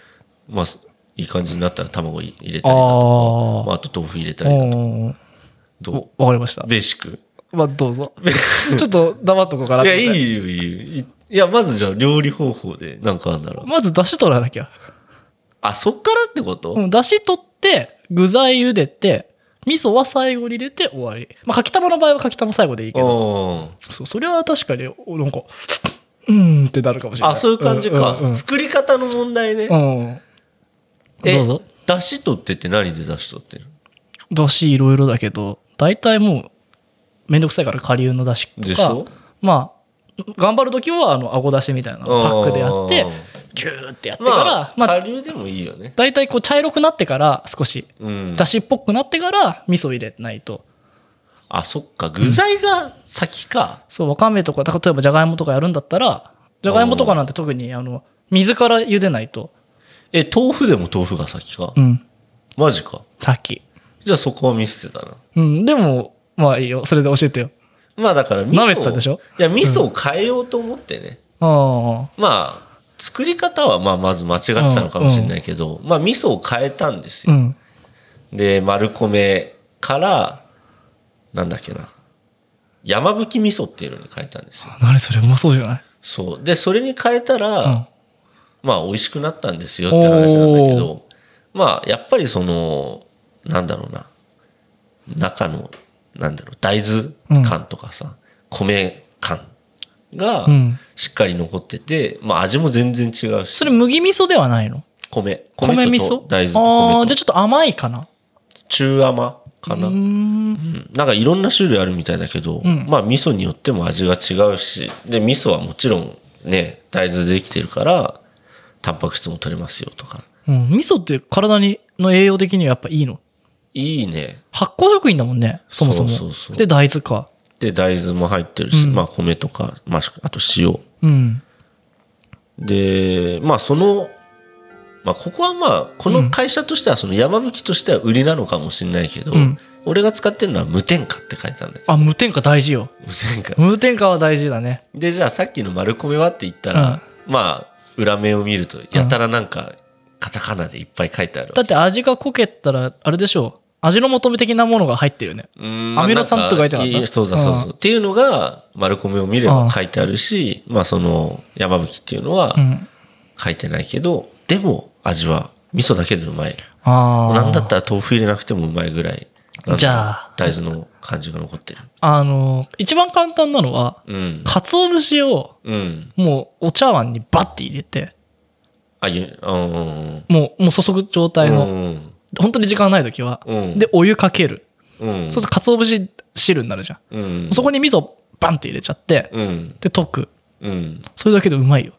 S1: まあ、すいい感じになったら卵い入れた
S2: あ
S1: りだと
S2: あ
S1: か、まあ、あと豆腐入れたりだとか、
S2: ー
S1: ど
S2: お
S1: う
S2: わかりました
S1: ベーシック。
S2: まあどうぞちょっと黙っとこうかない
S1: や、
S2: と
S1: いいよ、
S2: 思って
S1: いいよ。いいや、まずじゃあ料理方法でなんかあんだろう。
S2: まず出汁取らなきゃ
S1: あ、そっからってこと、
S2: うん、だし取って、具材茹でて、味噌は最後に入れて終わり。まあ、かきたまの場合はかきたま最後でいいけど、
S1: うん
S2: そうそれは確かに、おなんか、うーんってなるかもしれない。
S1: あ、そういう感じか。
S2: うんうん
S1: 作り方の問題ね。
S2: うんうん
S1: え
S2: どうぞ。
S1: 出汁取ってって何で出汁取ってる
S2: だしいろいろだけど、大体もう、めんどくさいから、顆粒のだしと
S1: でし
S2: か
S1: ょ、
S2: まあ、頑張る時は、あの、あごだしみたいなのをパックでやって
S1: うん、
S2: ギューってやってか
S1: まあ
S2: ら、、まあ、
S1: 顆粒でもいいよね。
S2: 大体こう、茶色くなってから、少し、
S1: うん
S2: だ。しっぽくなってから、味噌入れないと。
S1: あ、そっか。具材が先か。
S2: そう、わかめとか、た例えばじゃがいもとかやるんだったら、じゃがいもとかなんて特に、あの、水から茹でないと。
S1: え、豆腐でも豆腐が先か。
S2: うん。
S1: マジか。
S2: さっき。
S1: じゃあそこは見せてたな。
S2: うん。でも、まあいいよ。それで教えてよ。
S1: まあだから味噌を。
S2: 舐めてたでしょ
S1: いや、味噌を変えようと思ってね。
S2: あ
S1: まあ、作り方はまあまず間違ってたのかもしれないけど、まあ味噌を変えたんです
S2: あ。う
S1: よ。
S2: ん。
S1: で、丸米から、なんだっけな。山吹味噌っていうのに変えたんですよ。
S2: 何それ、うまそうじゃない
S1: そう。で、それに変えたら、
S2: うん。
S1: まあ美味しくなったんですよって話なんだけど、まあやっぱりその、なんだろうな、中の、なんだろう、大豆感とかさ、米感が
S2: うん
S1: しっかり残ってて、まあ味も全然違うし、
S2: それ、麦味噌ではないの
S1: 米、
S2: 米
S1: 米
S2: 味
S1: と
S2: 噌
S1: と大豆
S2: ああ
S1: と
S2: ー、
S1: 米
S2: じゃ
S1: と
S2: あちょっと甘いかな。
S1: 中甘かな。
S2: うー
S1: うん
S2: ん。
S1: なんかいろんな種類あるみたいだけど、
S2: うん
S1: まあ味噌によっても味が違うし、で味噌はもちろんね、大豆でできてるから、タンパク質も取れますよとか。
S2: うん。味噌って体に、の栄養的にはやっぱいいの。
S1: いいね。
S2: 発酵食品だもんね、そもそも。
S1: そうそうそう
S2: で、大豆か。
S1: で大豆も入ってるし、
S2: うん
S1: まあ米とか、まあ、あと塩
S2: うん。
S1: でまあその、まあ、ここはまあこの会社としてはその山吹としては売りなのかもしれないけど、
S2: うん
S1: 俺が使ってるのは無添加って書いてあるんだけど
S2: あ、無添加大事よ。
S1: 無添加
S2: 無添加は大事だね。
S1: でじゃあさっきの丸米はって言ったら、まあ裏面を見るとやたらなんかカタカナでいっぱい書いてある
S2: だって味が濃けたらあれでしょう味の求め的なものが入ってるよね
S1: うん
S2: アミノ酸とか書いてなかった
S1: まあんそうだそうそう、
S2: うん
S1: っていうのが丸米を見れば書いてあるし、まあその山吹っていうのは、
S2: うん
S1: 書いてないけど、でも味は味噌だけでうまい。
S2: ああ
S1: なんだったら豆腐入れなくてもうまいぐらい。なんだろう
S2: じゃあ
S1: 大豆の感じが残ってる。
S2: あの一番簡単なのは
S1: うん。
S2: 鰹節を
S1: うん。
S2: もうお茶碗にバッて入れて
S1: あ、ゆ、うんうん
S2: もうもう注ぐ状
S1: うん。
S2: 態の、
S1: うん
S2: 本当に時間ない時は、
S1: うん。
S2: でお湯かける、
S1: うん、
S2: そうすると鰹節汁になるじゃん、
S1: うん。
S2: そこに味噌バンって入れちゃって、
S1: うん
S2: で溶く
S1: うん
S2: それだけでうまいよ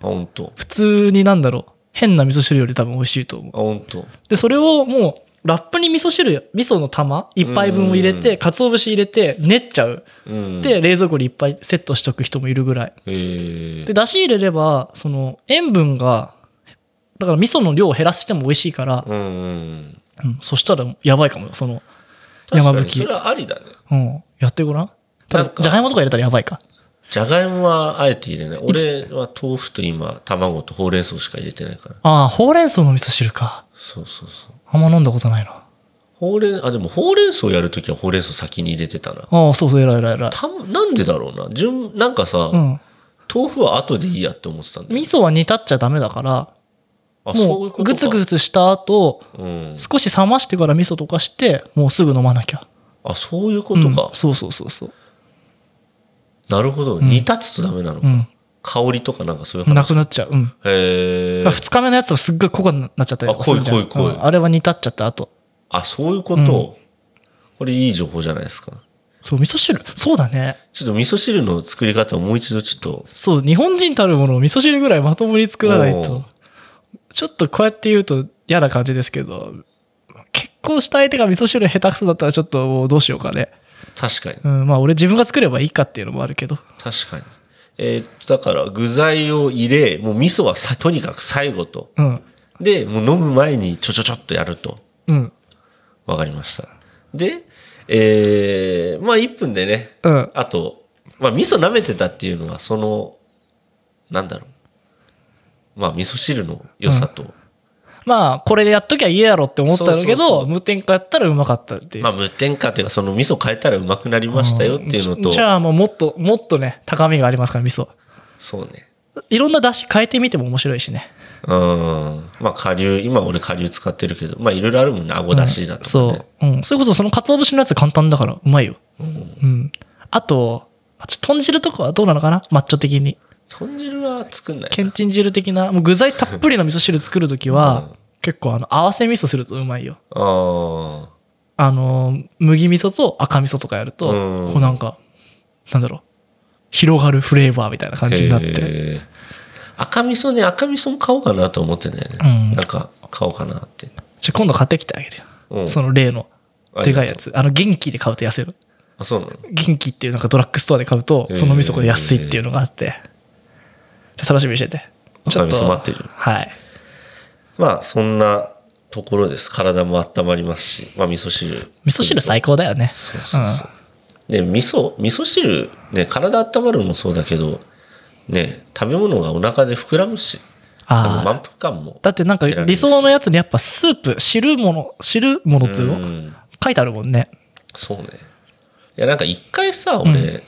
S1: 本当
S2: 普通になんだろう変な味噌汁より多分美味しいと思う
S1: 本当
S2: でそれをもうラップに味噌汁味噌の玉一杯分を入れ
S1: うんうんう
S2: て鰹節入れて練っちゃう
S1: うん
S2: で冷蔵庫にいっぱいセットしとく人もいるぐらい
S1: えー
S2: でだし入れればその塩分がだから味噌の量を減らしても美味しいから、
S1: うんうん
S2: うんそしたらやばいかもよその山
S1: 山
S2: 吹
S1: 吹それはありだね
S2: うん、やってごらん。た
S1: な
S2: だ
S1: ん、か
S2: じゃがいもとか入れたらやばいか。
S1: じゃがいもはあえて入れない俺は豆腐と今卵とほうれん草しか入れてないから
S2: ああ、ほうれん草の味噌汁か。
S1: そうそうそう
S2: あんま飲んだことないな。
S1: ほうれんあでもほうれん草やるときはほうれん草先に入れてたな
S2: ああ、そうそう、偉い偉い偉い。
S1: たなんでだろうな順なんかさ、
S2: うん。
S1: 豆腐は後でいいやって思ってたんだよ
S2: 味噌は煮立っちゃダメだから、
S1: あそう
S2: も
S1: いうこと
S2: う、
S1: か
S2: ぐつぐつした後、
S1: うん、
S2: 少し冷ましてから味噌溶かして、もうすぐ飲まなきゃ。
S1: あそういうことか
S2: うん、そうそうそうそう。
S1: なるほど
S2: ん
S1: 煮立つとダメなのか、
S2: うん。
S1: 香りとかなんかそういう
S2: な
S1: 話
S2: くなっちゃう。うん。
S1: へえ
S2: 二日目のやつがすっごい濃くなっちゃったりとかするじゃん。
S1: あ濃い濃い濃い
S2: うんあれは煮立っちゃった後。
S1: あそういうこと、これいい情報じゃないですか
S2: そう、味噌汁。そうだね。
S1: ちょっと味噌汁の作り方をもう一度ちょっと
S2: そう、日本人たるものを味噌汁ぐらいまともに作らない
S1: おう
S2: と。ちょっとこうやって言うと嫌な感じですけど、結婚した相手が味噌汁下手くそだったらちょっともうどうしようかね。
S1: 確かに
S2: うん、まあ俺自分が作ればいいかっていうのもあるけど。
S1: 確かにえーっとだから具材を入れもう味噌はさとにかく最後と
S2: うん。
S1: でもう飲む前にちょちょちょっとやると
S2: うん。
S1: わかりましたでえー、まあ1分でね
S2: うん。
S1: あと、まあ、味噌舐めてたっていうのは、その、なんだろう。まあ、味噌汁の良さと、
S2: まあこれでやっときゃいいやろって思ったんだけど、
S1: そうそうそう
S2: 無添加やったらうまかったっていう。
S1: まあ、無添加というか、その味噌変えたらうまくなりましたよっていうの
S2: ん
S1: と
S2: じ、じゃあもうもっと、もっとね、高みがありますから味噌。
S1: そうね。
S2: いろんな出汁変えてみても面白いしね。
S1: うん。まあ、顆粒、今俺顆粒使ってるけど、まあ、いろいろあるもんね。顎だしだとかね。
S2: そう。うん。それこそその鰹節のやつ簡単だから、うまいよ。うん。あと、あちょっと豚汁とかはどうなのかなマッチョ的に。
S1: 豚汁は作んないな。
S2: けんちん汁的な、もう具材たっぷりの味噌汁作るときは、結構あの、合わせ味噌するとうまいよ。
S1: ああ。
S2: あのー、麦味噌と赤味噌とかやると、
S1: うん
S2: こうなんか、なんだろう。広がるフレーバーみたいな感じになって。
S1: へー赤味噌ね、赤味噌も買おうかなと思ってんだよね。
S2: うん
S1: なんか、買おうかなって。
S2: じゃあ今度買ってきてあげるよ。
S1: うん
S2: その例の、
S1: あり
S2: で
S1: がとう
S2: かいやつ。あの、元気で買うと痩せる。
S1: あ、そうなの
S2: 元気っていうなんかドラッグストアで買うと
S1: へー
S2: その味噌が安いっていうのがあって、じゃあ楽しみにしててちょっ
S1: 赤味
S2: と
S1: 噌待ってる
S2: はい
S1: まあそんなところです体も温まりますし、まあ、味噌汁
S2: 味噌汁最高だよね
S1: そうそうそう、で味噌味噌汁ね体温まるのもそうだけどね食べ物がお腹で膨らむしあの
S2: ああ
S1: 満腹感も
S2: だってなんか
S1: 得られる
S2: 理想のやつにやっぱスープ汁物汁物っていう
S1: う
S2: の
S1: ん
S2: 書いてあるもんね
S1: そうねいやなんか一回さ俺、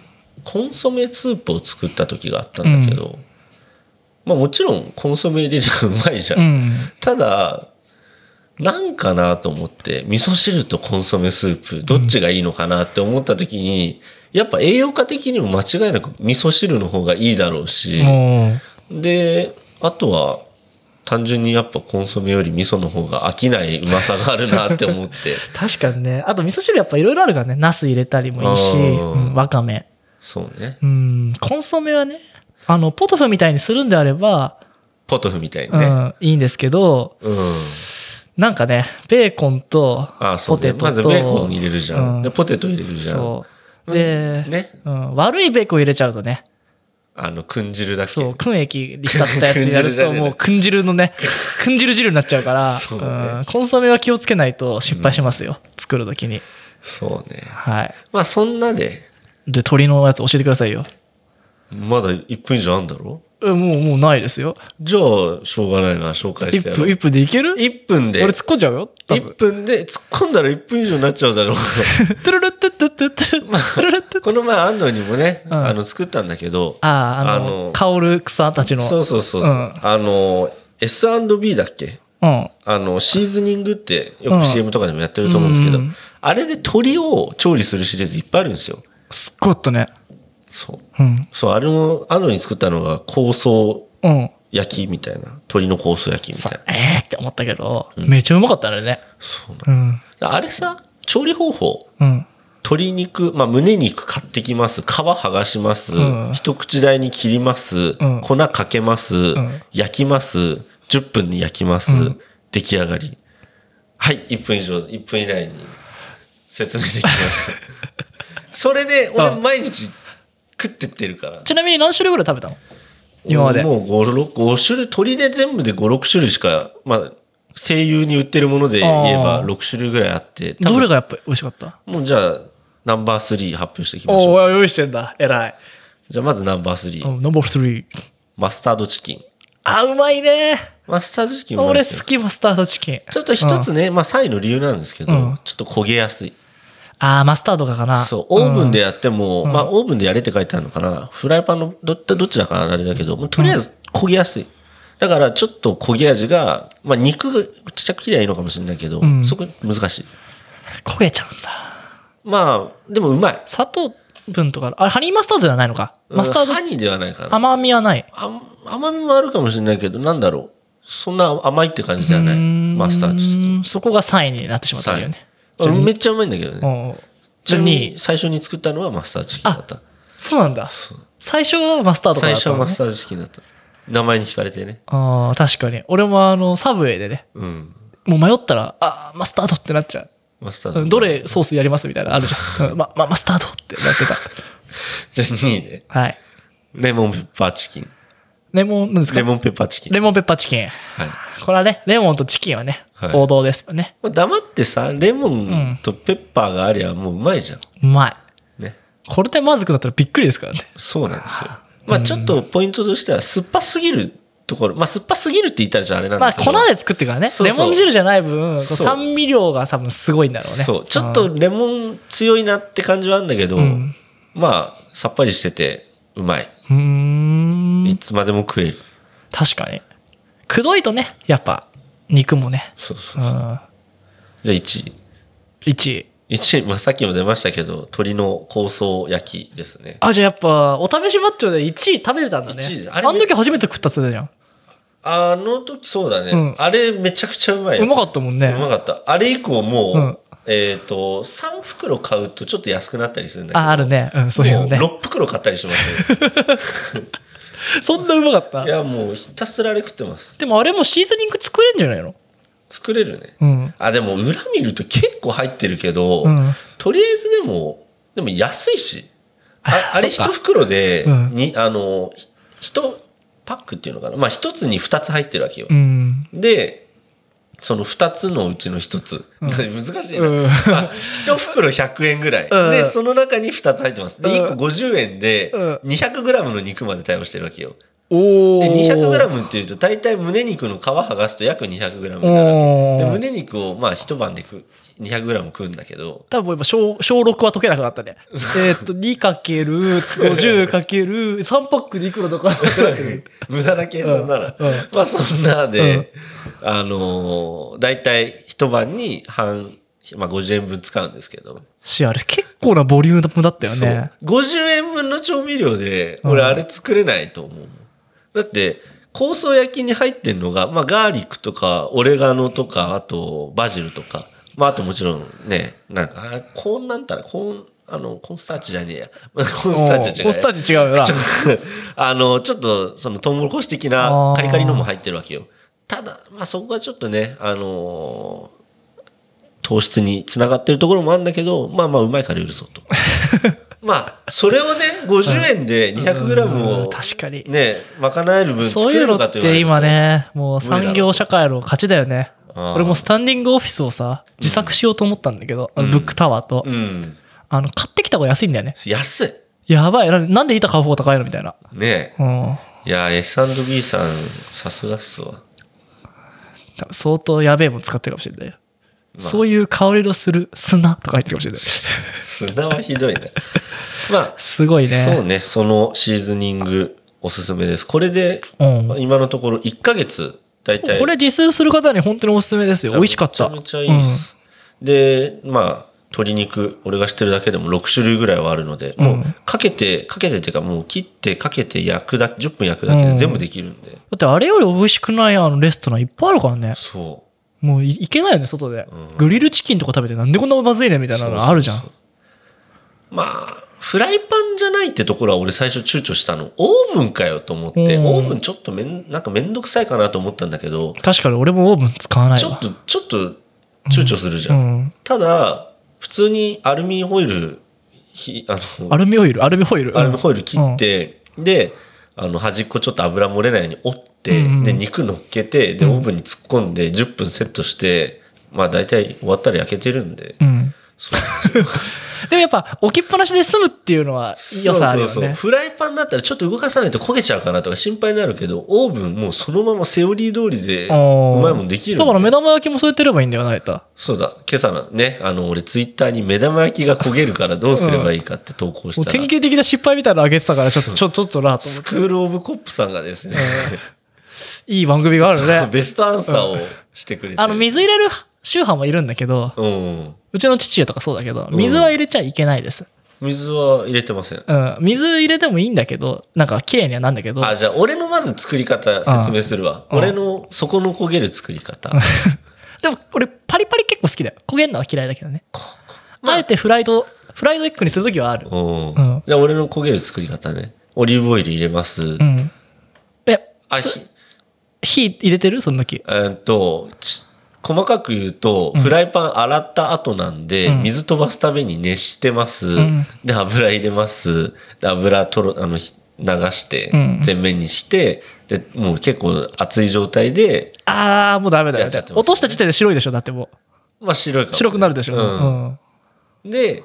S1: コンソメスープを作った時があったんだけど、まあもちろんコンソメ入れればうまいじゃん
S2: うん
S1: ただなんかなと思って味噌汁とコンソメスープどっちがいいのかなって思った時に、やっぱ栄養価的にも間違いなく味噌汁の方がいいだろうし、
S2: も
S1: であとは単純にやっぱコンソメより味噌の方が飽きないうまさがあるなって思って
S2: う確かにねあと味噌汁やっぱいろいろあるからねナス入れたりもいいし、
S1: うん
S2: うんわかめ
S1: そうね
S2: うんコンソメはねあのポトフみたいにするんであれば、
S1: ポトフみたいうに
S2: ん
S1: ね
S2: いいんですけど
S1: うん、
S2: なんかね、ベーコンと
S1: ああそ
S2: ポ
S1: うね
S2: テトと、
S1: まずベーコン入れるじゃん、
S2: うん
S1: でポテト入れるじゃん
S2: そう。で、
S1: ね
S2: うん、悪いベーコン入れちゃうとね、
S1: あのくん汁だっけ
S2: そう、燻液に浸ったやつ
S1: 燻汁
S2: やる
S1: じゃ
S2: と、
S1: ねえ
S2: もう燻汁のね、燻汁汁になっちゃうから、
S1: そうね
S2: ん、コンソメは気をつけないと失敗しますよ、作るときに。
S1: そうね
S2: はい。
S1: まあそんなで
S2: で、鶏のやつ教えてくださいよ。
S1: まだ1分以上あんだろ
S2: えもう、もうないですよ。
S1: じゃあ、しょうがないな、紹介して
S2: 1
S1: や
S2: 分、
S1: ろう。
S2: 一分でいける
S1: 1分で。
S2: 俺突っ込んじゃうよ。多分
S1: 1分で、突っ込んだら1分以上になっちゃうだろう。
S2: トゥルルッテッテッテッテットゥルルッテッ
S1: この前、安藤にもね、
S2: ん
S1: あの、作ったんだけど、
S2: ああ、あの、
S1: あの
S2: 香る草たちの。
S1: そうそうそうそう、
S2: うん
S1: あの、S&B だっけ
S2: うん。
S1: あの、シーズニングってよ
S2: う
S1: く
S2: ん
S1: CM とかでもやってると思うんですけど、
S2: うん
S1: あれで鶏を調理するシリーズいっぱいあるんですよ。
S2: すっごいあったね。
S1: そう。
S2: うん。
S1: そう、あれも、安藤に作ったのが、香草
S2: うん。
S1: 焼きみたいな。鶏の香草焼きみたいな。
S2: えーって思ったけど、めっちゃうまかったね。
S1: そうな
S2: うん。
S1: あれさ、調理方法、
S2: うん。
S1: 鶏肉、まあ、胸肉買ってきます皮剥がします、
S2: うん
S1: 一口大に切ります、
S2: うん
S1: 粉かけます、
S2: ん
S1: 焼きます10分で焼きます、
S2: うん
S1: 出来上がりはい1分以上1分以内に説明できました それで俺
S2: あ
S1: 毎日食ってってるから
S2: ちなみに何種類ぐらい食べたの今まで
S1: もう 5, 5種類鶏で全部で56種類しかまあ声優に売ってるもので言えば
S2: あー
S1: 6種類ぐらいあって多分
S2: どれがやっぱり美味しかった
S1: もうじゃあナンバー3発表していきまし
S2: お
S1: ょう
S2: お用意してんだ偉い、
S1: じゃあまずナンバー3、
S2: うん、ナンバー3
S1: マスタードチキン
S2: あうまいね
S1: マスタードチキンうまいで
S2: 俺
S1: すよ
S2: 好きマスタードチキン
S1: ちょっと一つね、まあ3位の理由なんですけど、
S2: うん
S1: ちょっと焦げやすい
S2: ああマスタードがかな
S1: そうオーブンでやっても、まあオーブンでやれって書いてあるのかなフライパンのどどっちだかあれだけど、もうとりあえず焦げやすいだからちょっと焦げ味が、まあ、肉がちっちゃく切りゃいいのかもしれないけど、
S2: ん
S1: そこ難しい
S2: 焦げちゃうんだ
S1: まあでもうまい
S2: 砂糖分とかあれハニーマスタードではないのかマスタード
S1: うんハニーではないかな
S2: 甘みはない
S1: あん甘みもあるかもしれないけどなんだろうそんな甘いって感じじゃな
S2: う
S1: い
S2: ーん
S1: マスタードチキン
S2: そこが3位になってしまったんだよね
S1: あめっちゃうまいんだけどね
S2: うん
S1: ち
S2: じ
S1: な
S2: ゃあ
S1: み
S2: 2
S1: に
S2: 位
S1: 最初に作ったのはマスターチキンだった
S2: そうなんだ
S1: そう
S2: 最初はマスタードか
S1: 最
S2: らだっ
S1: 初
S2: たの
S1: は
S2: ね
S1: マスターチキンだった名前に惹かれてね
S2: ああ確かに俺もあのサブウェイでね
S1: うん
S2: もう迷ったらあーマスタードってなっちゃう
S1: マスター
S2: う
S1: ド
S2: んどれソースやりますみたいなのあるじゃん、うん、ま、ま、マスタードってなって
S1: じゃあ2位ね
S2: た。はい。
S1: レモンペッパーチキン
S2: レモン、なんですか
S1: レ
S2: レモ
S1: モンペッパーチキン
S2: ンペッパーチキン。
S1: はいま
S2: これはね、レモンとチキンはね、
S1: はい
S2: 王道ですよね。
S1: あ黙ってさレモンとペッパーがありゃもううまいじゃん
S2: うまい。
S1: ね
S2: これでまずくなったらびっくりですからね。
S1: そうなんですよまあちょっとポイントとしては酸っぱすぎるところまあ酸っぱすぎるって言ったらじゃああれなん
S2: ま
S1: だ
S2: あ、
S1: けど
S2: 粉で作ってるからね。
S1: そうそう
S2: レモン汁じゃない分、こう
S1: そう
S2: 酸味量が多分すごいんだろうね。
S1: そうちょっとレモン強いなって感じはあるんだけど、
S2: ん
S1: まあさっぱりしててうまい
S2: うん。うー
S1: い
S2: ん。
S1: つまでも食える、
S2: 確かに。くどいとね、やっぱ、肉もね。
S1: そうそううそう、
S2: ん。
S1: じゃあ1位
S2: 1位。
S1: 1位、まあ、さっきも出ましたけど鶏の香草焼きですね
S2: あ、じゃあやっぱ、お試しマッチョで1位食べてたんだね。
S1: 一位ですあ
S2: あ
S1: れね
S2: の時初めて食ったっつってたじゃん。
S1: あの時そうだね、
S2: うん
S1: あれめちゃくちゃうまいう
S2: まか
S1: っ
S2: ったもんね。
S1: うまかったあれ以降もう、
S2: うん
S1: えっ、と3袋買うとちょっと安くなったりするんだけど
S2: あ、あるね。うん、そういうのね。
S1: もう6袋買ったりし ますよ
S2: そんなうまかっ
S1: い
S2: た。
S1: やもうひたすらあれ食ってます
S2: でもあれもシーズニング作れんじゃないの
S1: 作れるね
S2: うん。
S1: あでも裏見ると結構入ってるけど、
S2: うん
S1: とりあえずでもでも安いしあ
S2: あ
S1: あれ
S2: そ
S1: 一
S2: っか
S1: 袋で
S2: うん
S1: に、あの1パックっていうのかなまあ1つに2つ入ってるわけよ
S2: う、ん。
S1: でその2つのうちの1つ、 難しいな、
S2: うん
S1: まあ、1袋100円ぐらい、
S2: うん
S1: でその中に2つ入ってますで
S2: うん
S1: 1個50円で
S2: うん
S1: 200g の肉まで対応してるわけよ
S2: お
S1: で
S2: ー。
S1: 200g っていうと大体胸肉の皮剥がすと約 200g になるわけ
S2: お
S1: で
S2: ー。
S1: 胸肉をまあ一晩で食う 200g 食うんだけど
S2: 多分もう今小、小6は解けなくなったね。えーっと、2かける、50かける、3パックでいくらとかなく なってる。
S1: 無駄な計算なら、
S2: うんうん
S1: まあそんなで、あのー大体一晩に半、まあ、50円分使うんですけど、
S2: し、あれ結構なボリュームだったよ
S1: そう
S2: ね。
S1: 50円分の調味料で俺
S2: うん
S1: あれ作れないと思うもん、だって香草焼きに入ってんのが、まあ、ガーリックとかオレガノとかあとバジルとか、まあ、あともちろんねなんかあコーンなんたらコーンあのコーンスターチじゃねえやコーンスターチは違う
S2: おーコスターチ違うよな。
S1: あの、ちょっと、その、トウモロコシ的な
S2: あー
S1: カリカリのも入ってるわけよ。ただ、まあそこがちょっとね、あのー糖質につながってるところもあるんだけど、まあまあうまいから許そう と。まあ、それをね、50円で
S2: う
S1: 200g
S2: ん
S1: を、
S2: 確かに。
S1: ね、賄える分
S2: そ
S1: 作
S2: うい
S1: れ
S2: うの
S1: るか
S2: っ
S1: と言われ
S2: て
S1: ると
S2: 今、ね、もう
S1: 無理だろう
S2: 産業社会の勝ちだよね。
S1: あー
S2: 俺もスタンディングオフィスをさ、自作しようと思ったんだけど、あのブックタワーと
S1: う。ん。
S2: あの、買ってきた方が安いんだよね。
S1: 安い。
S2: やばい。なんなんで板買う方が高いのみたいな。
S1: ね
S2: うん。
S1: いや、S&B さん、さすがっす わ。
S2: 多分相当やべえもん使ってるかもしれないよ。
S1: まあ
S2: そういう香りのする砂とか入ってるかもしれない。
S1: 砂はひどいね。まあ、
S2: すごいね。
S1: そうね、そのシーズニングおすすめです。これで、
S2: うん
S1: 今のところ1ヶ月、大体。
S2: これ自炊する方に本当におすすめですよ。美味しかった。
S1: めちゃめちゃいいです。で、まあ、鶏肉、俺が知ってるだけでも6種類ぐらいはあるので、も
S2: う、
S1: うんかけて、かけてっていうか、もう切って、かけて焼くだけ、10分焼くだけで全部できるんで。
S2: うんだってあれより美味しくないあのレストランいっぱいあるからね。
S1: そ
S2: もういいけないよね、外で
S1: うん。
S2: グリルチキンとか食べてなんでこんなまずいねみ
S1: う。
S2: たいなのあるじゃ
S1: そうそ
S2: ん
S1: う。まあ、フライパンじゃないってところは俺最初躊躇したの。オーブンかよと思って、
S2: うん
S1: オーブンちょっとめん、なんかめんどくさいかなと思ったんだけど、
S2: 確かに俺もオーブン使わないわ
S1: ちょっと、ちょっと躊躇するじゃ。
S2: うんん、
S1: ただ、普通にアルミホイル、ひあの
S2: アルミホイルアルミホイル
S1: アルミホイル切って、で、あの端っこちょっと油漏れないように折って、
S2: うんうん
S1: で、肉乗っけて、で、オーブンに突っ込んで10分セットして、まあ大体終わったら焼けてるんで、
S2: うんうん
S1: そう
S2: でもやっぱ置きっぱなしで済むっていうのは良さあるよね
S1: そうそうそうフライパンだったらちょっと動かさないと焦げちゃうかなとか心配になるけど、オーブンもうそのままセオリー通りで、う
S2: あー
S1: まいもんできるん
S2: だから目
S1: で。
S2: 玉焼きも添えてればいいんだよな、えた。
S1: そうだ、今朝のね、あの、俺ツイッターに目玉焼きが焦げるからどうすればいいかって投稿
S2: も
S1: し
S2: う
S1: たら、
S2: 典型的な失敗みたいなのあげてたから、ちょっ
S1: そ
S2: と、
S1: う
S2: ちょっと、ちょっとなと思
S1: ス
S2: って。
S1: クールオブコップさんがですね、
S2: いい番組があ るね。
S1: ベストアンサーをしてくれて。
S2: あの、水入れる宗派もいるんだけど、
S1: うん。
S2: うちの父親とかそうだけど、
S1: うん
S2: 水は入れちゃいけないです。
S1: 水は入れてません。
S2: うん。水入れてもいいんだけど、なんか綺麗にはなんだけど、
S1: あ、じゃあ俺のまず作り方説明するわ。
S2: うん
S1: 俺の底の焦げる作り方。
S2: でも俺パリパリ結構好きだよ。焦げるのは嫌いだけどね。
S1: まあ
S2: あえてフライド、フライドエッグにするときはある。
S1: うん
S2: うん
S1: じゃあ俺の焦げる作り方ね。オリーブオイル入れます。
S2: うん。え、
S1: あ、
S2: そ
S1: ひ
S2: 火入れてるその時。
S1: えーっと、ち細かく言うと、フライパン洗った後なんで、
S2: うん
S1: 水飛ばすために熱してます。
S2: ん
S1: で、油入れます。で、油とろ、あの、ひ流して
S2: うん、
S1: 全面にして、で、もう結構熱い状態で、
S2: あー、もうダメだよ
S1: やっちゃってますね
S2: 落とした時点で白いでしょ、だってもう。
S1: まあ白いかもね
S2: 白くなるでしょ。
S1: うん
S2: うん
S1: で、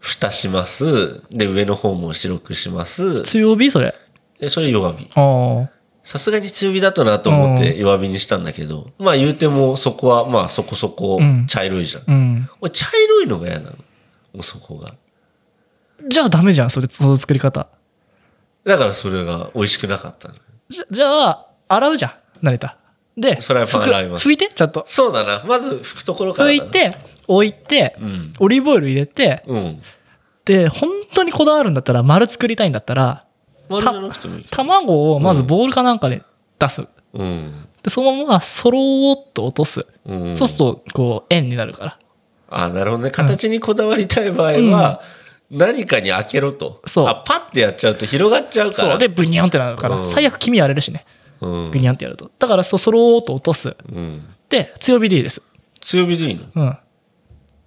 S1: 蓋します。で、上の方も白くします。
S2: 強火それ。
S1: で、それ弱火。
S2: ああ。
S1: さすがに強火だとなと思って弱火にしたんだけど、まあ言うてもそこはまあそこそこ
S2: うん
S1: 茶色いじゃん。
S2: うん。
S1: 俺茶色いのが嫌なの。もうそこが。
S2: じゃあダメじゃん、それ、その作り方。
S1: だからそれが美味しくなかったの。
S2: じゃじゃあ、洗うじゃん、慣れた。で、
S1: フライパン
S2: 拭く
S1: 洗います
S2: 拭いて、ちゃんと。
S1: そうだな。まず拭くところから
S2: 拭
S1: だ
S2: いて、置いて、
S1: うん。
S2: オリーブオイル入れて、
S1: うん。
S2: で、本当にこだわるんだったら、丸作りたいんだったら、
S1: 丸じゃなくてもいい。
S2: 卵をまずボウルかなんかで出す。
S1: うん。
S2: で、そのままそろーっと落とす。
S1: うん。
S2: そうすると、こう、円になるから。
S1: あ、なるほどね。形にこだわりたい場合は、何かに開けろと。
S2: そう
S1: あ、パッてやっちゃうと広がっちゃうから。
S2: そう。で、ブニャンってなるか
S1: う
S2: ら、
S1: ん
S2: 最悪黄身荒れるしね。
S1: うん
S2: グニャンってやると。だから、そうそろーっと落とす。
S1: うん。
S2: で、強火でいいです。
S1: 強火でいいの
S2: うん。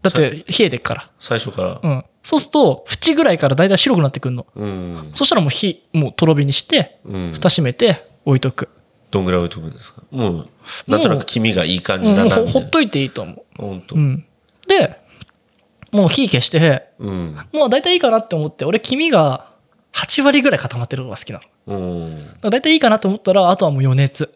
S2: だって、冷えてっから。
S1: 最初から
S2: う。ん。そうすると、縁ぐらいからだいたい白くなってくるの。
S1: うん。
S2: そしたらもう火、もうとろ火にして、
S1: うん。
S2: 蓋閉めて置いとく。
S1: どんぐらい置いとくんですかもう、なんとなく黄身がいい感じだな
S2: もう
S1: みた
S2: ほほっ
S1: いな。
S2: といていいと思
S1: ほんと
S2: う。う。ん。で、もう火消して、
S1: うん。
S2: もうだいたいいいかなって思って、俺黄身が8割ぐらい固まってるのが好きなの。だ
S1: うん。
S2: からだいたいいいかなと思ったら、あとはもう余熱。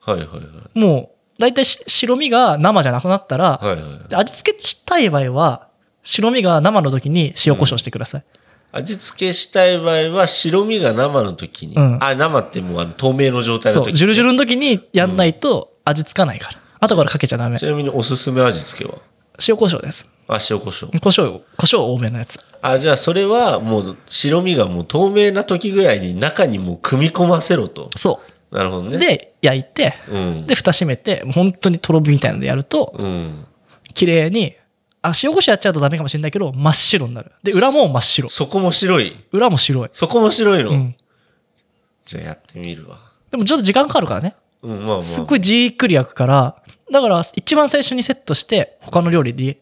S1: はいはいはい。
S2: もう、だいたいし白身が生じゃなくなった
S1: は
S2: ら、
S1: いはい。
S2: で味付けしたい場合は、白身が生の時に塩コショウしてください。
S1: 味付けしたい場合は、白身が生の時に。
S2: うん
S1: あ、生ってもうあの透明の状態
S2: そ
S1: の
S2: う、
S1: 時。
S2: ジュルジュルの時にやんないと味付かないから。後からかけちゃダメ
S1: ち。なみにおすすめ味付けは
S2: 塩コショウです。
S1: あ、塩コショウ。
S2: 胡椒、胡椒多めのやつ。
S1: あ、じゃあそれはもう白身がもう透明な時ぐらいに中にもう組み込ませろと。
S2: そ
S1: なるほど
S2: う。
S1: ね。、
S2: で、焼いて、
S1: うん。
S2: で、蓋閉めて、もう本当にとろ火みたいなのでやると、
S1: うん。
S2: 綺麗に、あ、塩胡椒やっちゃうとダメかもしれないけど、真っ白になる。で、裏も真っ白。
S1: そこも白い。
S2: 裏も白い。
S1: そこも白いの。
S2: うん。
S1: じゃあやってみるわ。
S2: でもちょっと時間かかるからね。
S1: うん、まあまあ。
S2: すっごいじっくり焼くから、だから一番最初にセットして、他の料理で、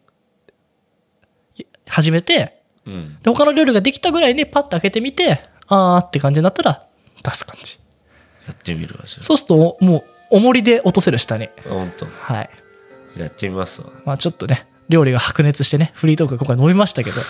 S2: い始めて、
S1: うん。
S2: で、他の料理ができたぐらいにパッと開けてみて、あーって感じになったら、出す感じ。
S1: やってみるわ、じゃあ。
S2: そうすると、もう、重りで落とせる下に。
S1: あ本当。
S2: はい。
S1: やってみますわ。
S2: まあちょっとね、料理が白熱してね、フリートークが今回伸びました けど、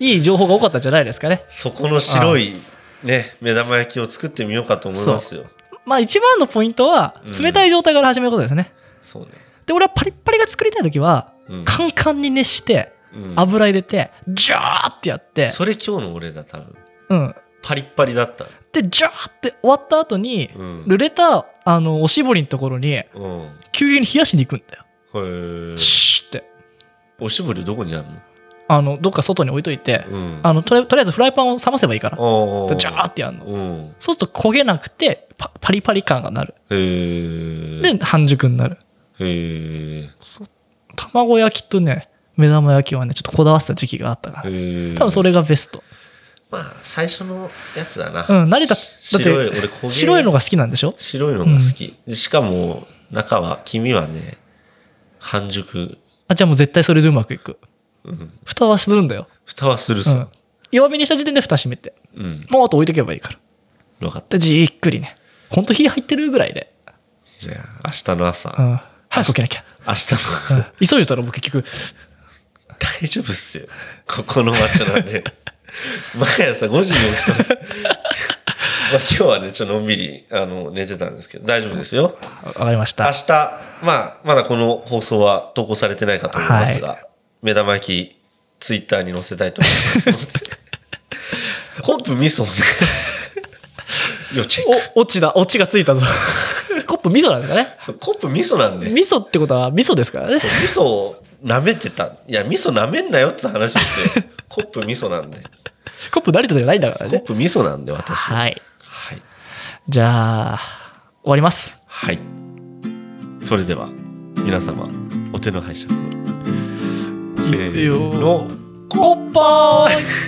S2: いい情報が多かったんじゃないですかね。
S1: そこの白いね、目玉焼きを作ってみようかと思いますよ。
S2: まあ一番のポイントは
S1: う、ん
S2: 冷たい状態から始めることですね。
S1: そうね。
S2: で、俺はパリッパリが作りたいときは、
S1: うん
S2: カンカンに熱して、
S1: うん
S2: 油入れて、ジャーってやって、
S1: それ今日の俺だ、多分。
S2: うん。
S1: パリッパリだった。
S2: で、ジャーって終わった後に、
S1: うん。
S2: 濡れた、あの、おしぼりのところに、
S1: うん。へ
S2: 急激に冷やしに行くんだよ。
S1: え。
S2: シューって。
S1: おしぼりどこにある
S2: あの、どっか外に置いといて、
S1: のうん。
S2: あのとりあえずとりあえずフライパンを冷ませばいいから、
S1: お
S2: ジャーってやるの。
S1: うん。
S2: そうすると焦げなくてパ、パリパリ感がなる。
S1: へえ。
S2: で、半熟になる。
S1: へえ。
S2: 卵焼きとね、目玉焼きはねちょっとこだわってた時期があったから多分それがベスト
S1: まあ最初のやつだな
S2: うん成田だ
S1: し白い
S2: っ
S1: 俺
S2: て
S1: 焦げ
S2: 白いのが好きなんでしょ
S1: 白いのが好き、しかも中は黄身はね半熟、
S2: あじゃあもう絶対それでうまくいく
S1: うん、
S2: 蓋はするんだよ、
S1: 蓋はする
S2: うん
S1: さ、
S2: 弱火にした時点で蓋閉めて
S1: うん
S2: もうあと置いとけばいいから
S1: 分かった
S2: でじっくりねほんと火入ってるぐらいで、
S1: じゃあ明日の朝、
S2: うん、早く起きなきゃ、
S1: 明日
S2: う
S1: の
S2: ん急いでたら僕結局
S1: 大丈夫っすよここの町なんで 毎朝5時に起きてます まあ今日はねちょっとのんびりあの寝てたんですけど大丈夫ですよ
S2: あわかりまし
S1: 明
S2: た
S1: 日、まあ、まだこの放送は投稿されてないかと思いますが、
S2: は
S1: 目玉焼き、ツイッターに載せたいと思います ので。ホップ味噌ね。いや、チェック
S2: おオチだオチがついたぞ コップ味噌なんですかね
S1: そうコップ味噌なんで。
S2: 味噌ってことは味噌ですからね
S1: そう味噌を舐めてた。いや、味噌舐めんなよって話 ですよ。コップ味噌なんで。
S2: コップ慣れてたじゃないんだから
S1: コッ
S2: ね
S1: プ味噌なんで、私。はい。
S2: はい
S1: はい。
S2: じゃあ終わります
S1: それでは、皆様、お手の拝借を。せー
S2: よ
S1: の、コッパー